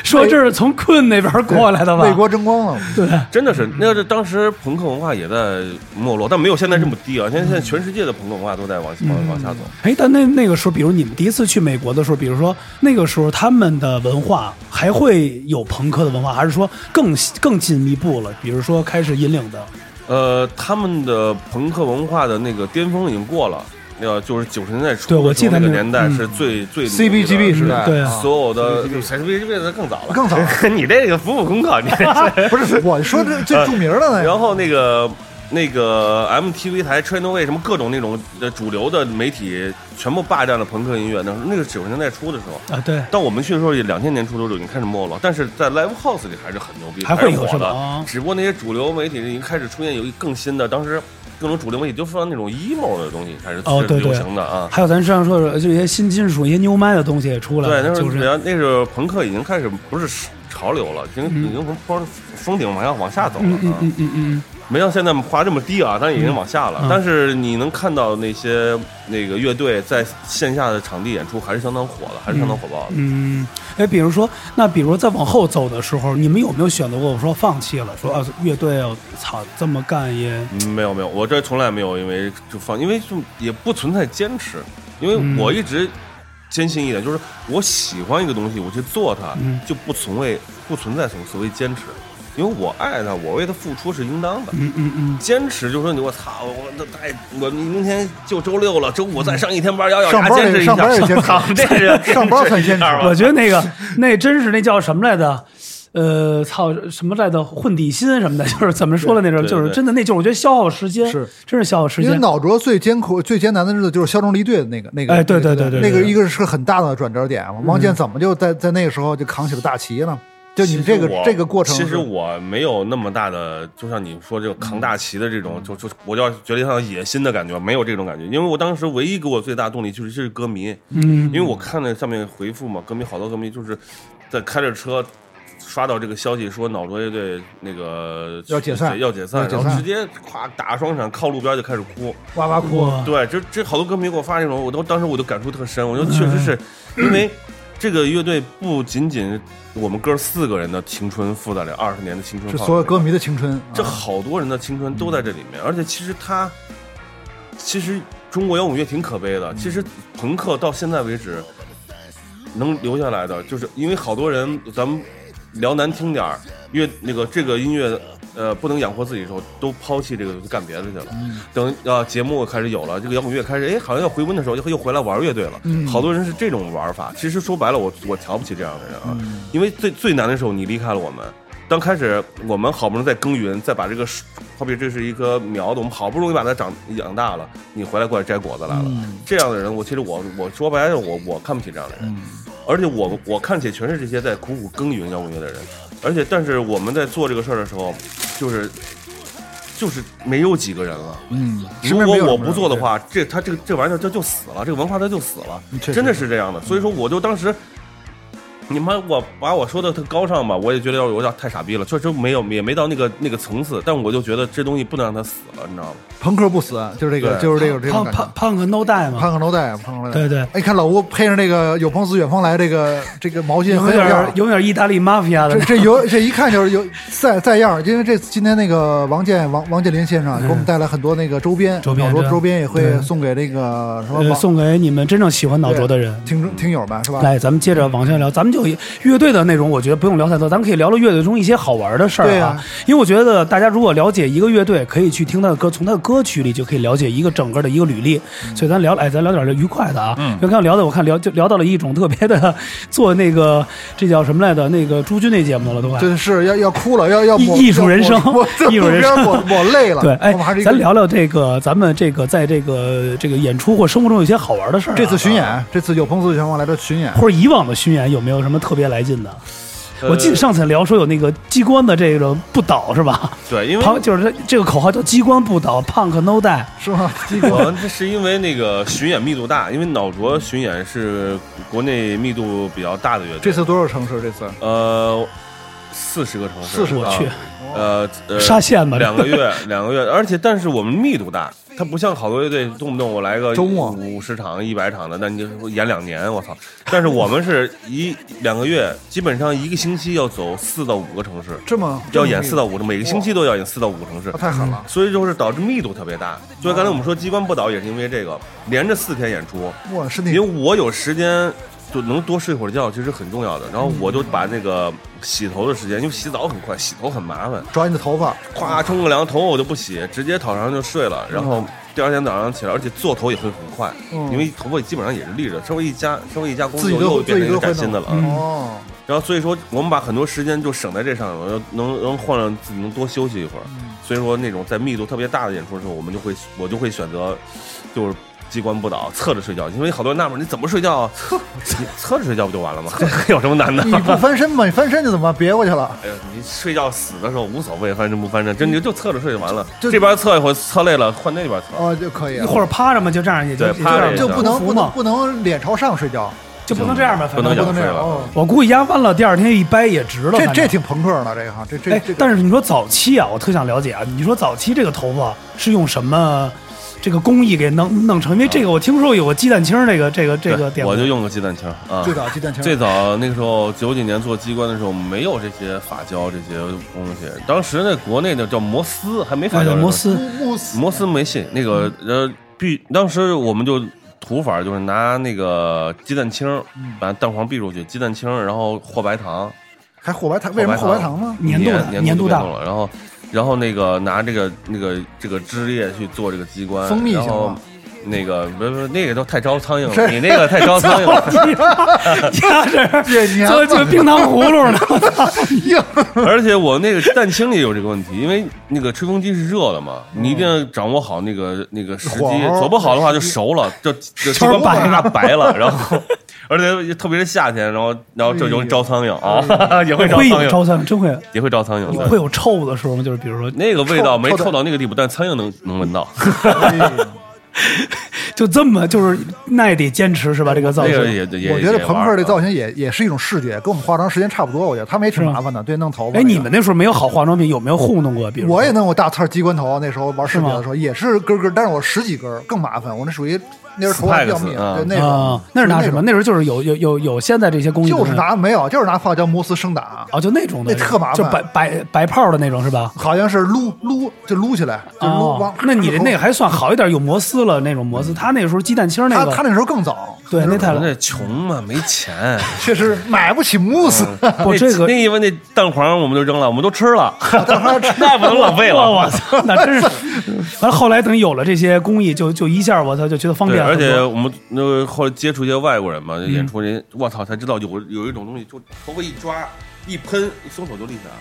Speaker 1: 说
Speaker 3: 哎
Speaker 1: 这是从困那边儿过来的吧？
Speaker 2: 为国争光了。
Speaker 1: 对，
Speaker 3: 真的是，那个当时朋克文化也在没落，但没有现在这么低
Speaker 1: 嗯
Speaker 3: 啊！现在现在全世界的朋克文化都在往往往下走。
Speaker 1: 哎，但那那个时候，比如你们第一次去美国的时候，比如说那个时候他们的文化还会有朋克的文化，还是说更更进一步了？比如说开始引领的，
Speaker 3: 呃，他们的朋克文化的那个巅峰已经过了，那个就是九十年代初，
Speaker 1: 对我记得
Speaker 3: 那个
Speaker 1: 那个
Speaker 3: 年代
Speaker 1: 嗯
Speaker 3: 是最最
Speaker 2: CBGB 时
Speaker 3: 是
Speaker 2: 代，
Speaker 1: 对
Speaker 2: 啊
Speaker 3: 所有的 CBGB 的更早了，
Speaker 2: 更早
Speaker 3: 你这个服务功课，你这 是
Speaker 2: 不 是我说这最著名的呢，
Speaker 3: 然后那个那个 MTV 台、Channel V 什么各种那种呃主流的媒体全部霸占了朋克音乐，那那个九十年代初的时候。
Speaker 1: 啊，对，
Speaker 3: 但我们去的时候，两千年初都已经开始没落，但是在 live house 里还是很牛逼，
Speaker 1: 还会
Speaker 3: 是
Speaker 1: 有
Speaker 3: 火
Speaker 1: 是吧
Speaker 3: 的
Speaker 1: 啊。
Speaker 3: 只不过那些主流媒体已经开始出现有一更新的，当时各种主流媒体就放那种 emo 的东西开始
Speaker 1: 哦对
Speaker 3: 流
Speaker 1: 对
Speaker 3: 行的啊。
Speaker 1: 还有咱上说的，就一些新金属、一些牛麦的东西也出来
Speaker 3: 对，
Speaker 1: 了，
Speaker 3: 那时
Speaker 1: 就
Speaker 3: 候
Speaker 1: 是
Speaker 3: 那时候朋克已经开始不是潮流了，已经已经从坡峰顶往下往下走了
Speaker 1: 嗯嗯
Speaker 3: 啊。
Speaker 1: 嗯嗯嗯，
Speaker 3: 没像现在滑这么低啊，但是已经往下了。
Speaker 1: 嗯
Speaker 3: 但是你能看到那些那个乐队在线下的场地演出还是相当火的，还是相当火爆的。
Speaker 1: 嗯，哎，比如说，那比如再往后走的时候，你们有没有选择过我说放弃了，说啊，乐队啊，操，这么干也，
Speaker 3: 嗯没有没有，我这从来没有因为就放，因为就也不存在坚持，因为
Speaker 1: 嗯
Speaker 3: 我一直坚信一点，就是我喜欢一个东西，我去做它，
Speaker 1: 嗯
Speaker 3: 就不存为不存在所所谓坚持，因为我爱它，我为它付出是应当的。
Speaker 1: 嗯嗯嗯，
Speaker 3: 坚持就说你我操我那太我明天就周六了，周五再上一天班，要要
Speaker 2: 上
Speaker 3: 啥
Speaker 2: 班
Speaker 3: 坚持一下，
Speaker 2: 上班也坚持
Speaker 3: 操这呃 是要持
Speaker 2: 上班算坚持
Speaker 3: 一下吧
Speaker 1: 我觉得那个那真是那叫什么来着？呃，操什么来着？混底薪什么的，就是怎么说了那种，
Speaker 3: 对对
Speaker 1: 就是
Speaker 3: 对
Speaker 1: 真的那就是我觉得消耗时间，
Speaker 2: 是
Speaker 1: 真是消耗时
Speaker 2: 因为
Speaker 1: 间。
Speaker 2: 脑浊最艰苦、最艰难的日子就是肖中离队的那个那个，
Speaker 1: 哎对对对对
Speaker 2: 那
Speaker 1: 对
Speaker 2: 个
Speaker 1: 对
Speaker 2: 一个是很大的转折点啊。王
Speaker 3: 嗯
Speaker 2: 健怎么就在在那个时候就扛起了大旗呢？就你们这个
Speaker 3: 其实我
Speaker 2: 这个过程是，
Speaker 3: 其实我没有那么大的，就像你说这个扛大旗的这
Speaker 2: 嗯
Speaker 3: 种，就就我要觉得像野心的感觉，没有这种感觉。因为我当时唯一给我最大动力就是就是歌迷，
Speaker 1: 嗯
Speaker 3: 因为我看了上面回复嘛，歌迷好多歌迷就是在开着车。刷到这个消息说脑浊乐队那个
Speaker 2: 要解散
Speaker 3: 要解散，
Speaker 2: 要解散
Speaker 3: 然后直接咵打双闪靠路边就开始哭，
Speaker 2: 哇哇哭，
Speaker 1: 哇
Speaker 2: 嗯
Speaker 3: 对，这这好多歌迷给我发这种，我都当时我就感触特深，我就确实是因为这个乐队不仅仅我们哥四个人的青春附在了二十年的青春
Speaker 2: 是
Speaker 3: 泡里面，
Speaker 2: 所有歌迷的青春。
Speaker 3: 这
Speaker 2: 啊
Speaker 3: 好多人的青春都在这里面，而且其实他，其实中国摇滚乐挺可悲的。其实朋克到现在为止，能留下来的，就是因为好多人，咱们聊难听点儿，乐那个这个音乐，呃，不能养活自己的时候，都抛弃这个干别的去了。等啊节目开始有了，这个摇滚乐开始，哎，好像要回温的时候，又又回来玩乐队了。好多人是这种玩法。其实说白了，我我瞧不起这样的人啊，因为最最难的时候，你离开了我们。当开始我们好不容易在耕耘，再把这个树，好比这是一棵苗子，我们好不容易把它长养大了，你回来过来摘果子来了。这样的人，我其实我我说白了，我我看不起这样的人。而且我我看起全是这些在苦苦耕耘摇滚乐的人，而且但是我们在做这个事儿的时候，就是就是没有几个人了。
Speaker 2: 嗯，身
Speaker 3: 如
Speaker 2: 边
Speaker 3: 果
Speaker 2: 没有
Speaker 3: 我
Speaker 2: 什么
Speaker 3: 不
Speaker 2: 人
Speaker 3: 做的，话，这他这个这玩意儿就就死了，这个文化它就死了
Speaker 2: 嗯，确实
Speaker 3: 真的是这样的。所以说，我就当时，你妈我把我说的特高尚吧，我也觉得要有点太傻逼了，确实没有也没到那个那个层次，但我就觉得这东西不能让它死了，你知道吗？
Speaker 2: 对朋克不死，就是这个，
Speaker 3: 对
Speaker 2: 就是这个这种
Speaker 1: 胖
Speaker 2: 感觉。
Speaker 1: 胖胖个 no die 嘛，
Speaker 2: 胖克楼带，胖克楼带。
Speaker 1: 对对
Speaker 2: 哎，看老吴配上这个“有朋自远方来”这个这个毛巾，
Speaker 1: 有
Speaker 2: 很
Speaker 1: 点
Speaker 2: 样
Speaker 1: 儿
Speaker 2: 儿。
Speaker 1: 有点儿意大利 mafia
Speaker 2: 这
Speaker 1: 的，
Speaker 2: 这有这一看就是有在在样儿，因为这今天那个王健王王健林先生啊，给我们带来很多那个周边，
Speaker 1: 嗯周边
Speaker 2: 老罗
Speaker 1: 对
Speaker 2: 周边也会
Speaker 1: 对
Speaker 2: 送给这个什么
Speaker 1: 呃，
Speaker 2: 网
Speaker 1: 送给你们真正喜欢脑浊的人。
Speaker 2: 听众听友们是吧？
Speaker 1: 来，咱们接着往下聊，咱们就乐队的内容，我觉得不用聊太多，咱们可以聊聊乐队中一些好玩的事儿
Speaker 2: 对
Speaker 1: 啊。
Speaker 2: 啊
Speaker 1: 因为我觉得大家如果了解一个乐队，可以去听他的歌，从他的歌曲里就可以了解一个整个的一个履历。
Speaker 2: 嗯
Speaker 1: 所以咱聊，哎，咱聊点儿愉快的啊。嗯，刚刚聊的，我看聊就聊到了一种特别的，啊做那个这叫什么来的那个朱军那节目了，都快。
Speaker 2: 真是要要哭了，要要
Speaker 1: 艺
Speaker 2: 抹
Speaker 1: 艺术人生
Speaker 2: 我这
Speaker 1: 艺术人
Speaker 2: 边
Speaker 1: 生
Speaker 2: 我我累了。
Speaker 1: 对，哎
Speaker 2: 我哦们还是，一个
Speaker 1: 咱聊聊这个咱们这个在这个这个演出或生活中有些好玩的事儿啊、
Speaker 2: 这次巡
Speaker 1: 啊
Speaker 2: 演，这次有朋自远方来的巡演，
Speaker 1: 或者以往的巡演有没有什么特别来劲的？
Speaker 3: 呃
Speaker 1: 我记得上次聊说有那个机关的这个不倒是吧？
Speaker 3: 对，因为
Speaker 1: 胖就是这这个口号叫“机关不倒，Punk No Die”。
Speaker 2: 是吗？
Speaker 3: 我这是因为那个巡演密度大，因为脑浊巡演是国内密度比较大的乐队。
Speaker 2: 这次多少城市？这次
Speaker 3: 呃，四十个城市，
Speaker 2: 40
Speaker 1: 我
Speaker 3: 啊
Speaker 1: 去，
Speaker 3: 呃呃，
Speaker 1: 沙县吧
Speaker 3: 两个月，两个月，而且但是我们密度大，它不像好多乐队动不动我来个
Speaker 2: 周末
Speaker 3: 五十场、一百场的，那你就演两年，我操！但是我们是一 两个月，基本上一个星期要走四到五个城市，
Speaker 2: 这么
Speaker 3: 要演四到五，每个
Speaker 2: 哇
Speaker 3: 星期都要演四到五个城市
Speaker 2: 啊，太狠了。
Speaker 3: 所以就是导致密度特别大。就像刚才我们说机关不倒也是因为这个，连着四天演出，
Speaker 2: 哇，身
Speaker 3: 因
Speaker 2: 体
Speaker 3: 为我有时间就能多睡会儿觉，其实很重要的。然后我就把那个洗头的时间，因为洗澡很快，洗头很麻烦，
Speaker 2: 抓你的头发，
Speaker 3: 咵冲个凉，头我就不洗，直接躺上就睡了。然后第二天早上起来，而且做头也会很快，
Speaker 2: 嗯
Speaker 3: 因为头发基本上也是立着，稍微一加，稍微一加工
Speaker 2: 自己
Speaker 3: 作
Speaker 2: 都
Speaker 3: 又变成一
Speaker 2: 自己
Speaker 3: 个
Speaker 2: 都会
Speaker 3: 崭新的了。
Speaker 1: 弄
Speaker 3: 嗯
Speaker 2: 哦，
Speaker 3: 然后所以说，我们把很多时间就省在这上，我就能能换让自己能多休息一会儿。
Speaker 2: 嗯
Speaker 3: 所以说，那种在密度特别大的演出的时候，我们就会我就会选择就是。机关不倒，侧着睡觉，因为好多人纳闷，你怎么睡觉啊？你 侧着睡觉不就完了吗？有什么难的？
Speaker 2: 你不翻身吗？你翻身就怎么别过去了？
Speaker 3: 哎呀，你睡觉死的时候无所谓，翻身不翻身，真就就侧着睡就完了。
Speaker 2: 就
Speaker 3: 这边侧一会儿，侧累了换那边侧。
Speaker 2: 哦，就可以了，
Speaker 1: 或者趴着嘛，就这样也就
Speaker 3: 对
Speaker 1: 也就
Speaker 3: 趴着
Speaker 1: 这样
Speaker 3: 也
Speaker 2: 就
Speaker 3: 行
Speaker 2: 不能不能
Speaker 1: 嘛，
Speaker 2: 不能脸朝上睡觉，
Speaker 1: 就不能这样吧，
Speaker 3: 不
Speaker 1: 反
Speaker 3: 能
Speaker 2: 不
Speaker 1: 正
Speaker 3: 仰
Speaker 2: 能这
Speaker 3: 睡
Speaker 2: 样。
Speaker 3: 了
Speaker 2: 哦
Speaker 1: 我估计压弯了，第二天一掰也值了。
Speaker 2: 这
Speaker 1: 反正
Speaker 2: 这挺朋克的，这个哈，这这
Speaker 1: 哎
Speaker 2: 这，个。
Speaker 1: 但是你说早期啊，我特想了解啊，你说早期这个头发是用什么这个工艺给弄弄成？因为这个我听说有个鸡蛋清儿这个这个这个
Speaker 3: 对
Speaker 1: 点子，
Speaker 3: 我就用个鸡蛋清啊。
Speaker 2: 最早鸡蛋清，
Speaker 3: 最早那个时候九几年做机关的时候，没有这些发胶这些东西。当时那国内的叫摩丝，还没发
Speaker 1: 哎
Speaker 3: 胶。
Speaker 1: 摩， 嗯丝
Speaker 2: 慕斯
Speaker 3: 摩丝没信那个呃必，当时我们就土法就是拿那个鸡蛋清，
Speaker 1: 嗯
Speaker 3: 把蛋黄避出去，鸡蛋清，然后和白糖，
Speaker 2: 还火白糖，为什么火白糖呢？
Speaker 1: 粘度的
Speaker 3: 粘
Speaker 1: 粘
Speaker 3: 度
Speaker 1: 度
Speaker 3: 就变动
Speaker 1: 大，
Speaker 3: 了，然后然后那个拿这个那个这个汁液去做这个机关，
Speaker 2: 蜂蜜
Speaker 3: 然
Speaker 2: 行
Speaker 3: 后
Speaker 2: 吗
Speaker 3: 那个不是不是那个都太招苍蝇
Speaker 2: 是
Speaker 3: 了，你那个太招苍蝇了，
Speaker 1: 压着
Speaker 2: 这你还
Speaker 1: 做做冰糖葫芦 呢。
Speaker 2: 硬，
Speaker 3: 而且我那个蛋清也有这个问题，因为那个吹风机是热的嘛，你一定要掌握好那个那个时
Speaker 2: 火
Speaker 3: 机，
Speaker 2: 候
Speaker 3: 走不好的话就熟了，就就
Speaker 1: 全
Speaker 3: 就
Speaker 1: 白
Speaker 3: 大 白了，然后而且特别是夏天，然后然后就容易招苍蝇啊， 也会招苍
Speaker 1: 会
Speaker 3: 蝇，
Speaker 1: 招苍蝇，真会
Speaker 3: 也会招苍蝇，
Speaker 1: 会
Speaker 3: 对。
Speaker 1: 有臭的时候吗？就是比如说，
Speaker 3: 那个味道没
Speaker 2: 臭臭的
Speaker 3: 臭到那个地步，但苍蝇能能闻到。
Speaker 2: 哎 呀
Speaker 1: 就这么就是耐得坚持是吧？这个造
Speaker 3: 那个
Speaker 1: 型。哎
Speaker 3: 也也，
Speaker 2: 我觉得
Speaker 3: 也
Speaker 2: 朋
Speaker 3: 玩
Speaker 2: 克
Speaker 3: 儿
Speaker 2: 这
Speaker 3: 啊
Speaker 2: 造型也也是一种视觉，跟我们化妆时间差不多。我觉得他们也挺
Speaker 1: 是吗
Speaker 2: 麻烦的，对，弄头发。
Speaker 1: 哎，你们那时候没有好化妆品，有没有糊弄过？比如说
Speaker 2: 我也弄过大刺儿机关头，那时候玩视觉的时候也是根儿根儿，但是我十几根儿更麻烦，我那属于那时候头发比较密，
Speaker 3: Spikes，啊
Speaker 2: 对那种
Speaker 1: 啊，那是拿什么？
Speaker 2: 就
Speaker 1: 那时候就是有有有有现在这些工艺的
Speaker 2: 那
Speaker 1: 那种，
Speaker 2: 种就是拿没有，就是拿发胶摩丝生打，
Speaker 1: 哦，就那种的，
Speaker 2: 那特麻烦
Speaker 1: 就白白白泡的那种是吧？
Speaker 2: 好像是撸撸就撸起来，就撸
Speaker 1: 哦
Speaker 2: 往。，
Speaker 1: 那你这那个还算好一点，有摩丝了那种
Speaker 3: 嗯
Speaker 1: 摩丝。他那时候鸡蛋清那
Speaker 2: 他他
Speaker 1: 个，
Speaker 2: 那时候更早，
Speaker 1: 对，那太
Speaker 3: 我
Speaker 1: 了。
Speaker 3: 那穷嘛，没钱。
Speaker 2: 确实买 不起
Speaker 1: 嗯
Speaker 2: 慕斯，
Speaker 1: 不
Speaker 3: 那
Speaker 1: 这个
Speaker 3: 那 一问那蛋黄我们都扔了，我们都吃了，那不能浪费了。
Speaker 1: 我操，那真是。完了后来等有了这些工艺，就就一下我操就觉得方
Speaker 3: 对，
Speaker 1: 便
Speaker 3: 而
Speaker 1: 很多。
Speaker 3: 且我们那个后来接触一些外国人嘛，
Speaker 2: 嗯
Speaker 3: 演出人，我操，才知道有有一种东西，就头发一抓一喷，一松手就立起来了，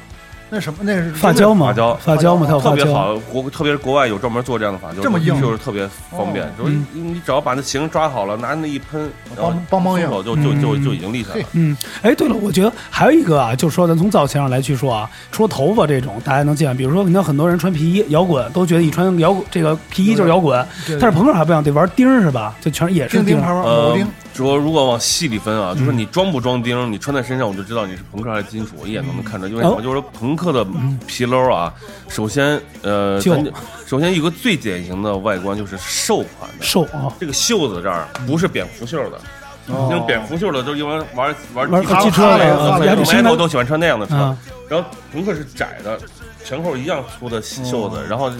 Speaker 2: 那什么那是
Speaker 1: 发胶嘛，
Speaker 3: 发胶
Speaker 1: 发胶嘛，它有
Speaker 3: 特
Speaker 1: 发
Speaker 3: 别
Speaker 1: 胶。
Speaker 3: 好。国特别是国外有专门做这样的发胶，
Speaker 2: 这么硬哦嗯
Speaker 3: 就是特别方便。就是你你只要把那形抓好了，拿那一喷，然后
Speaker 2: 帮帮帮
Speaker 3: 松
Speaker 2: 硬
Speaker 3: 手就就就就已经立起来
Speaker 2: 嘿
Speaker 3: 了。
Speaker 1: 嗯，哎，对了，我觉得还有一个啊，就是说咱从造型上来去说啊，除了头发这种大家能见，比如说你看很多人穿皮衣摇滚，都觉得一穿摇滚这个皮衣就是摇滚，
Speaker 2: 对对
Speaker 1: 但是朋克还不一样，得玩钉儿是吧？就全是也是
Speaker 2: 钉
Speaker 1: 钉儿
Speaker 2: 钉牌牌铆
Speaker 3: 呃
Speaker 2: 钉，，
Speaker 3: 说如果往细里分啊，
Speaker 1: 嗯
Speaker 3: 就是你装不装钉，你穿在身上我就知道你是朋克还是金属，一眼都能看出来。因为什
Speaker 1: 哦嗯
Speaker 3: 么？就是说朋克的皮褛啊，首先呃，
Speaker 1: 旧
Speaker 3: 咱就首先有个最典型的外观就是瘦款的，
Speaker 1: 瘦啊，
Speaker 3: 这个袖子这儿不是蝙蝠袖的，那种蝙蝠袖的都因为玩玩
Speaker 1: 哦玩
Speaker 3: 哈
Speaker 1: 汽车
Speaker 3: 哈雷
Speaker 2: 的
Speaker 3: 的，
Speaker 2: 啊
Speaker 3: 所
Speaker 2: 也
Speaker 3: 以
Speaker 1: 比
Speaker 3: 美
Speaker 1: 现在
Speaker 3: 国都喜欢穿那样的车
Speaker 1: 啊。
Speaker 3: 然后朋克是窄的，前后一样粗的袖子，然后是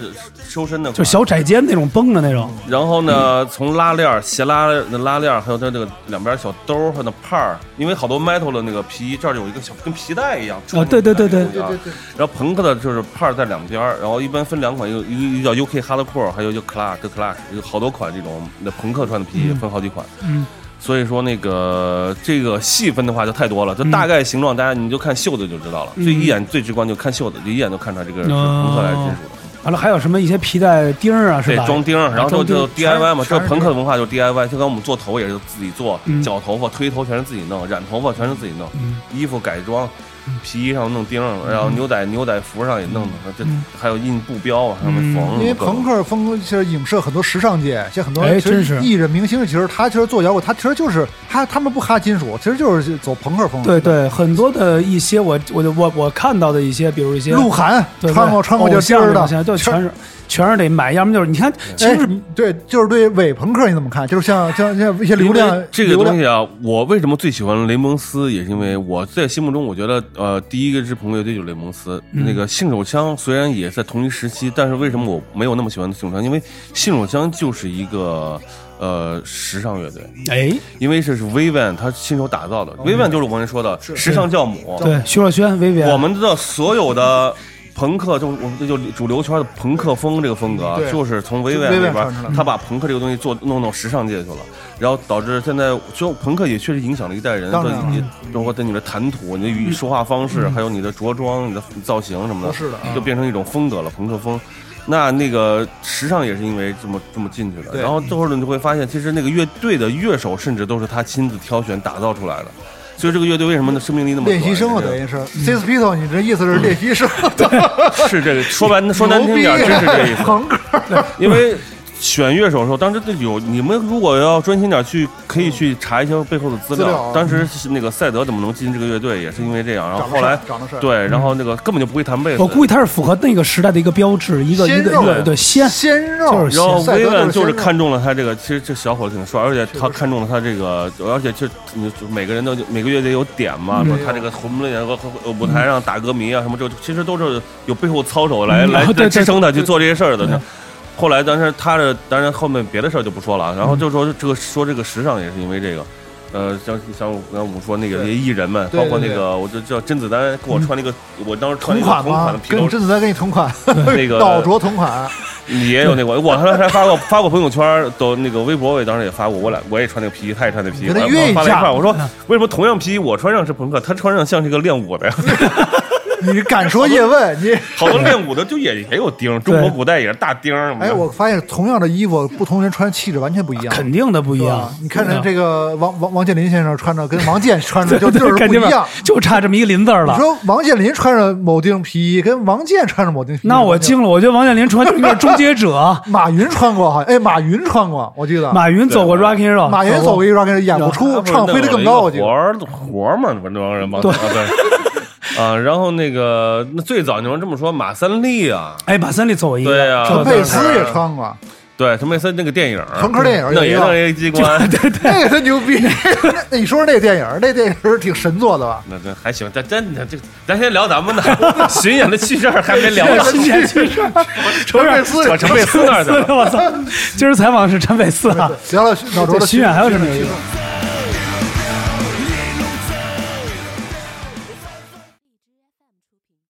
Speaker 3: 收身的款，
Speaker 1: 哦就小窄肩那种绷的那种，
Speaker 3: 然后呢，从拉链儿、斜拉那拉链儿，还有它这个两边小兜儿和那帕儿，因为好多 metal 的那个皮衣这儿有一个小跟皮带一样
Speaker 1: 啊对对对对
Speaker 3: 对
Speaker 2: 对对对。
Speaker 3: 然后朋克的就是帕儿在两边儿，然后一般分两款，一个一个叫 UK hardcore，还有一个 clash 跟 clash，有好多款这种那朋克穿的皮衣分好几款。
Speaker 1: 嗯，
Speaker 3: 所以说那个这个细分的话就太多了，就大概形状大家你就看袖子就知道了，
Speaker 1: 嗯
Speaker 3: 最一眼最直观就看袖子，就一眼就看出来这个是朋克还是
Speaker 1: 哦
Speaker 3: 金属的。
Speaker 1: 完了还有什么一些皮带钉儿啊，是
Speaker 3: 对
Speaker 1: 吧？，
Speaker 3: 装钉儿，然后
Speaker 1: 装
Speaker 3: 就
Speaker 1: 钉儿
Speaker 3: 就 DIY 嘛，
Speaker 2: 全
Speaker 3: 这
Speaker 2: 是
Speaker 3: 朋克文化就是 DIY，就跟我们做头也是自己做
Speaker 1: 嗯，
Speaker 3: 绞头发、推头全是自己弄，染头发全是自己弄，
Speaker 1: 嗯
Speaker 3: 衣服改装，
Speaker 2: 嗯
Speaker 3: 皮衣上弄钉儿，然后牛仔牛仔服上也弄弄，这
Speaker 1: 嗯
Speaker 3: 还有印布标啊，上面缝，
Speaker 2: 嗯因为朋克风格其实影射很多时尚界，其实很多人
Speaker 1: 哎
Speaker 2: 其
Speaker 1: 真
Speaker 2: 实
Speaker 1: 是
Speaker 2: 艺人明星，其实他其实做摇滚，他其实就是他他们不哈金属，其实就是走朋克风。
Speaker 1: 对，对，很多的一些我我我我看到的一些，比如一些
Speaker 2: 鹿晗
Speaker 1: 对
Speaker 2: 穿过穿过就
Speaker 1: 偶
Speaker 2: 今
Speaker 1: 像
Speaker 2: 儿
Speaker 1: 那
Speaker 2: 的，
Speaker 1: 种现在就
Speaker 2: 全
Speaker 1: 全是全是得买，要么就是你看，其
Speaker 2: 哎
Speaker 1: 实
Speaker 2: 对，就是对伪朋克你怎么看？就是像像像一些流量
Speaker 3: 因为，这个
Speaker 2: 流量
Speaker 3: 东西啊，我为什么最喜欢雷蒙斯，也是因为我在心目中，我觉得呃，第一个支朋克乐队就是雷蒙斯。
Speaker 2: 嗯
Speaker 3: 那个信手枪虽然也在同一时期，但是为什么我没有那么喜欢信手枪？因为信手枪就是一个呃时尚乐队，
Speaker 1: 哎，
Speaker 3: 因为这是 Vivian 他亲手打造的。Vivian 就是我刚才说的时尚教母。
Speaker 1: 对，徐若瑄、薇薇啊安，
Speaker 3: 我们的所有的朋克，就我们就主流圈的朋克风这个风格啊
Speaker 2: 对，
Speaker 3: 就是从维维
Speaker 2: 就
Speaker 3: 安
Speaker 2: 维维
Speaker 3: 那
Speaker 2: 安
Speaker 3: 边
Speaker 2: 传出来，的
Speaker 3: 他把朋克这个东西做弄到时尚界去了，然后导致现在就朋克也确实影响了一代人，
Speaker 2: 当然
Speaker 3: 就你包括对你的谈吐、你的语说话方式，还有你的着装、你的造型什么
Speaker 2: 都
Speaker 3: 的，
Speaker 2: 是的啊
Speaker 3: 就变成一种风格了，朋克风。那那个时尚也是因为这么这么进去的，
Speaker 2: 对
Speaker 3: 然后最后你就会发现，其实那个乐队的乐手甚至都是他亲自挑选打造出来的，所以这个乐队为什么的生命力那么
Speaker 2: 练习生啊，
Speaker 3: 短
Speaker 2: 等于
Speaker 1: 嗯
Speaker 2: 是 c i s p i t o 你这意思是练习生？
Speaker 3: 是这个，说白嗯说难听点儿，
Speaker 2: 牛逼啊
Speaker 3: 真是这意 思。
Speaker 2: 朋克
Speaker 3: 因为选乐手的时候，当时有你们如果要专心点儿去，可以去查一下背后的资
Speaker 2: 资
Speaker 3: 料。
Speaker 2: 料啊
Speaker 3: 当时是那个赛德怎么能进这个乐队，也是因为这样。然后
Speaker 2: 长得
Speaker 3: 后来
Speaker 2: 帅，长得帅，
Speaker 3: 对，然后那个根本就不会弹贝 斯。
Speaker 1: 我估计它是符合那个时代的一个标志，一个一
Speaker 2: 鲜
Speaker 1: 个
Speaker 2: 肉
Speaker 1: 对对鲜，
Speaker 2: 鲜肉，
Speaker 1: 就是
Speaker 3: 然后
Speaker 2: 赛德
Speaker 3: 威
Speaker 2: 就是
Speaker 3: 文
Speaker 2: 鲜
Speaker 3: 就是
Speaker 2: 肉
Speaker 3: 看中了他这个，其实这小伙子挺帅，而且他看中了他这个，而且就你就每个人都每个乐队有点嘛，
Speaker 2: 嗯
Speaker 3: 说他这
Speaker 2: 啊
Speaker 3: 个红了和和舞台上打歌迷啊什么，这其实都是有背后操守来
Speaker 1: 嗯
Speaker 3: 来
Speaker 1: 啊对
Speaker 3: 来支
Speaker 1: 对
Speaker 3: 撑他去做这些事儿的。后来，但是他的当然后面别的事儿就不说了啊，然
Speaker 2: 嗯
Speaker 3: 后就说这个说这个时尚也是因为这个。呃，像像我刚才我们说那个
Speaker 2: 对
Speaker 3: 艺人们，
Speaker 2: 对
Speaker 3: 包括那
Speaker 2: 对嗯
Speaker 3: 个，我就叫甄子丹给我穿了一个，我当时穿
Speaker 2: 同
Speaker 3: 了一个
Speaker 2: 款
Speaker 3: 同款的
Speaker 2: 吗？
Speaker 3: 皮
Speaker 2: 跟
Speaker 3: 褛
Speaker 2: 甄子丹跟你同款，
Speaker 3: 那 个
Speaker 2: 岛卓同款，
Speaker 3: 你也有 那个，我后来还发过发过朋友圈，都那个微博，我也当时也发过，我俩我也穿那个皮衣，他也穿那皮衣，
Speaker 2: 给
Speaker 3: 我
Speaker 2: 他
Speaker 3: 俩
Speaker 2: 约一
Speaker 3: 发了一
Speaker 2: 下
Speaker 3: 块儿，我说为什么同样皮衣我穿上是朋克，他穿上像是一个练 武的呀？
Speaker 2: 你敢哎 说叶问？你
Speaker 3: 好多练武的就也也有钉儿，中国古代也是大钉儿什么的。
Speaker 2: 哎，我发现同样的衣服，不同人穿气质完全不一样。
Speaker 1: 肯定的不一
Speaker 2: 对
Speaker 1: 样
Speaker 2: 吧。你看着
Speaker 1: 对啊
Speaker 2: 这个王王王健林先生穿着跟王健 穿着就
Speaker 1: 对
Speaker 2: 就是
Speaker 1: 肯
Speaker 2: 不
Speaker 1: 定啊
Speaker 2: 一样。
Speaker 1: 就差这么一个林字儿
Speaker 2: 你
Speaker 1: 了。
Speaker 2: 说王健林穿着某丁皮衣，跟王健穿着某丁皮衣，，
Speaker 1: 那我惊了，我觉得王健林穿就应该是终结者
Speaker 2: 马云穿过好像，哎，马云穿过，我记得
Speaker 1: 马云走过
Speaker 3: 对啊
Speaker 1: Rock and Roll，
Speaker 2: 马云走过一段，跟演不出，唱
Speaker 3: 飞
Speaker 2: 飞得更高，啊我记
Speaker 3: 活
Speaker 2: 得。
Speaker 3: 儿活儿嘛，那帮人嘛，对啊 对啊，然后那个那最早你们这么说马三立啊，
Speaker 1: 哎，马三立走过一个，
Speaker 3: 对啊
Speaker 1: 这个
Speaker 2: 陈佩斯也穿过，
Speaker 3: 对，什么森那个电影儿，
Speaker 2: 朋克电影儿有
Speaker 3: 弄
Speaker 2: 一
Speaker 3: 一
Speaker 2: 个
Speaker 3: 弄一 机关，对对，
Speaker 2: 那个他牛逼。 那你说说那电影，那电影挺神作的吧？
Speaker 3: 那那还行，咱真的这，咱先聊咱们的 巡演的趣事儿，还 没聊呢。
Speaker 1: 新鲜趣事儿，
Speaker 2: 陈佩斯
Speaker 3: 扯陈佩斯那儿去了。
Speaker 1: 我操！今儿采访是陈伟四啊，
Speaker 2: 聊聊脑
Speaker 1: 这
Speaker 2: 浊的
Speaker 1: 巡演还有什么有意思？
Speaker 2: 思？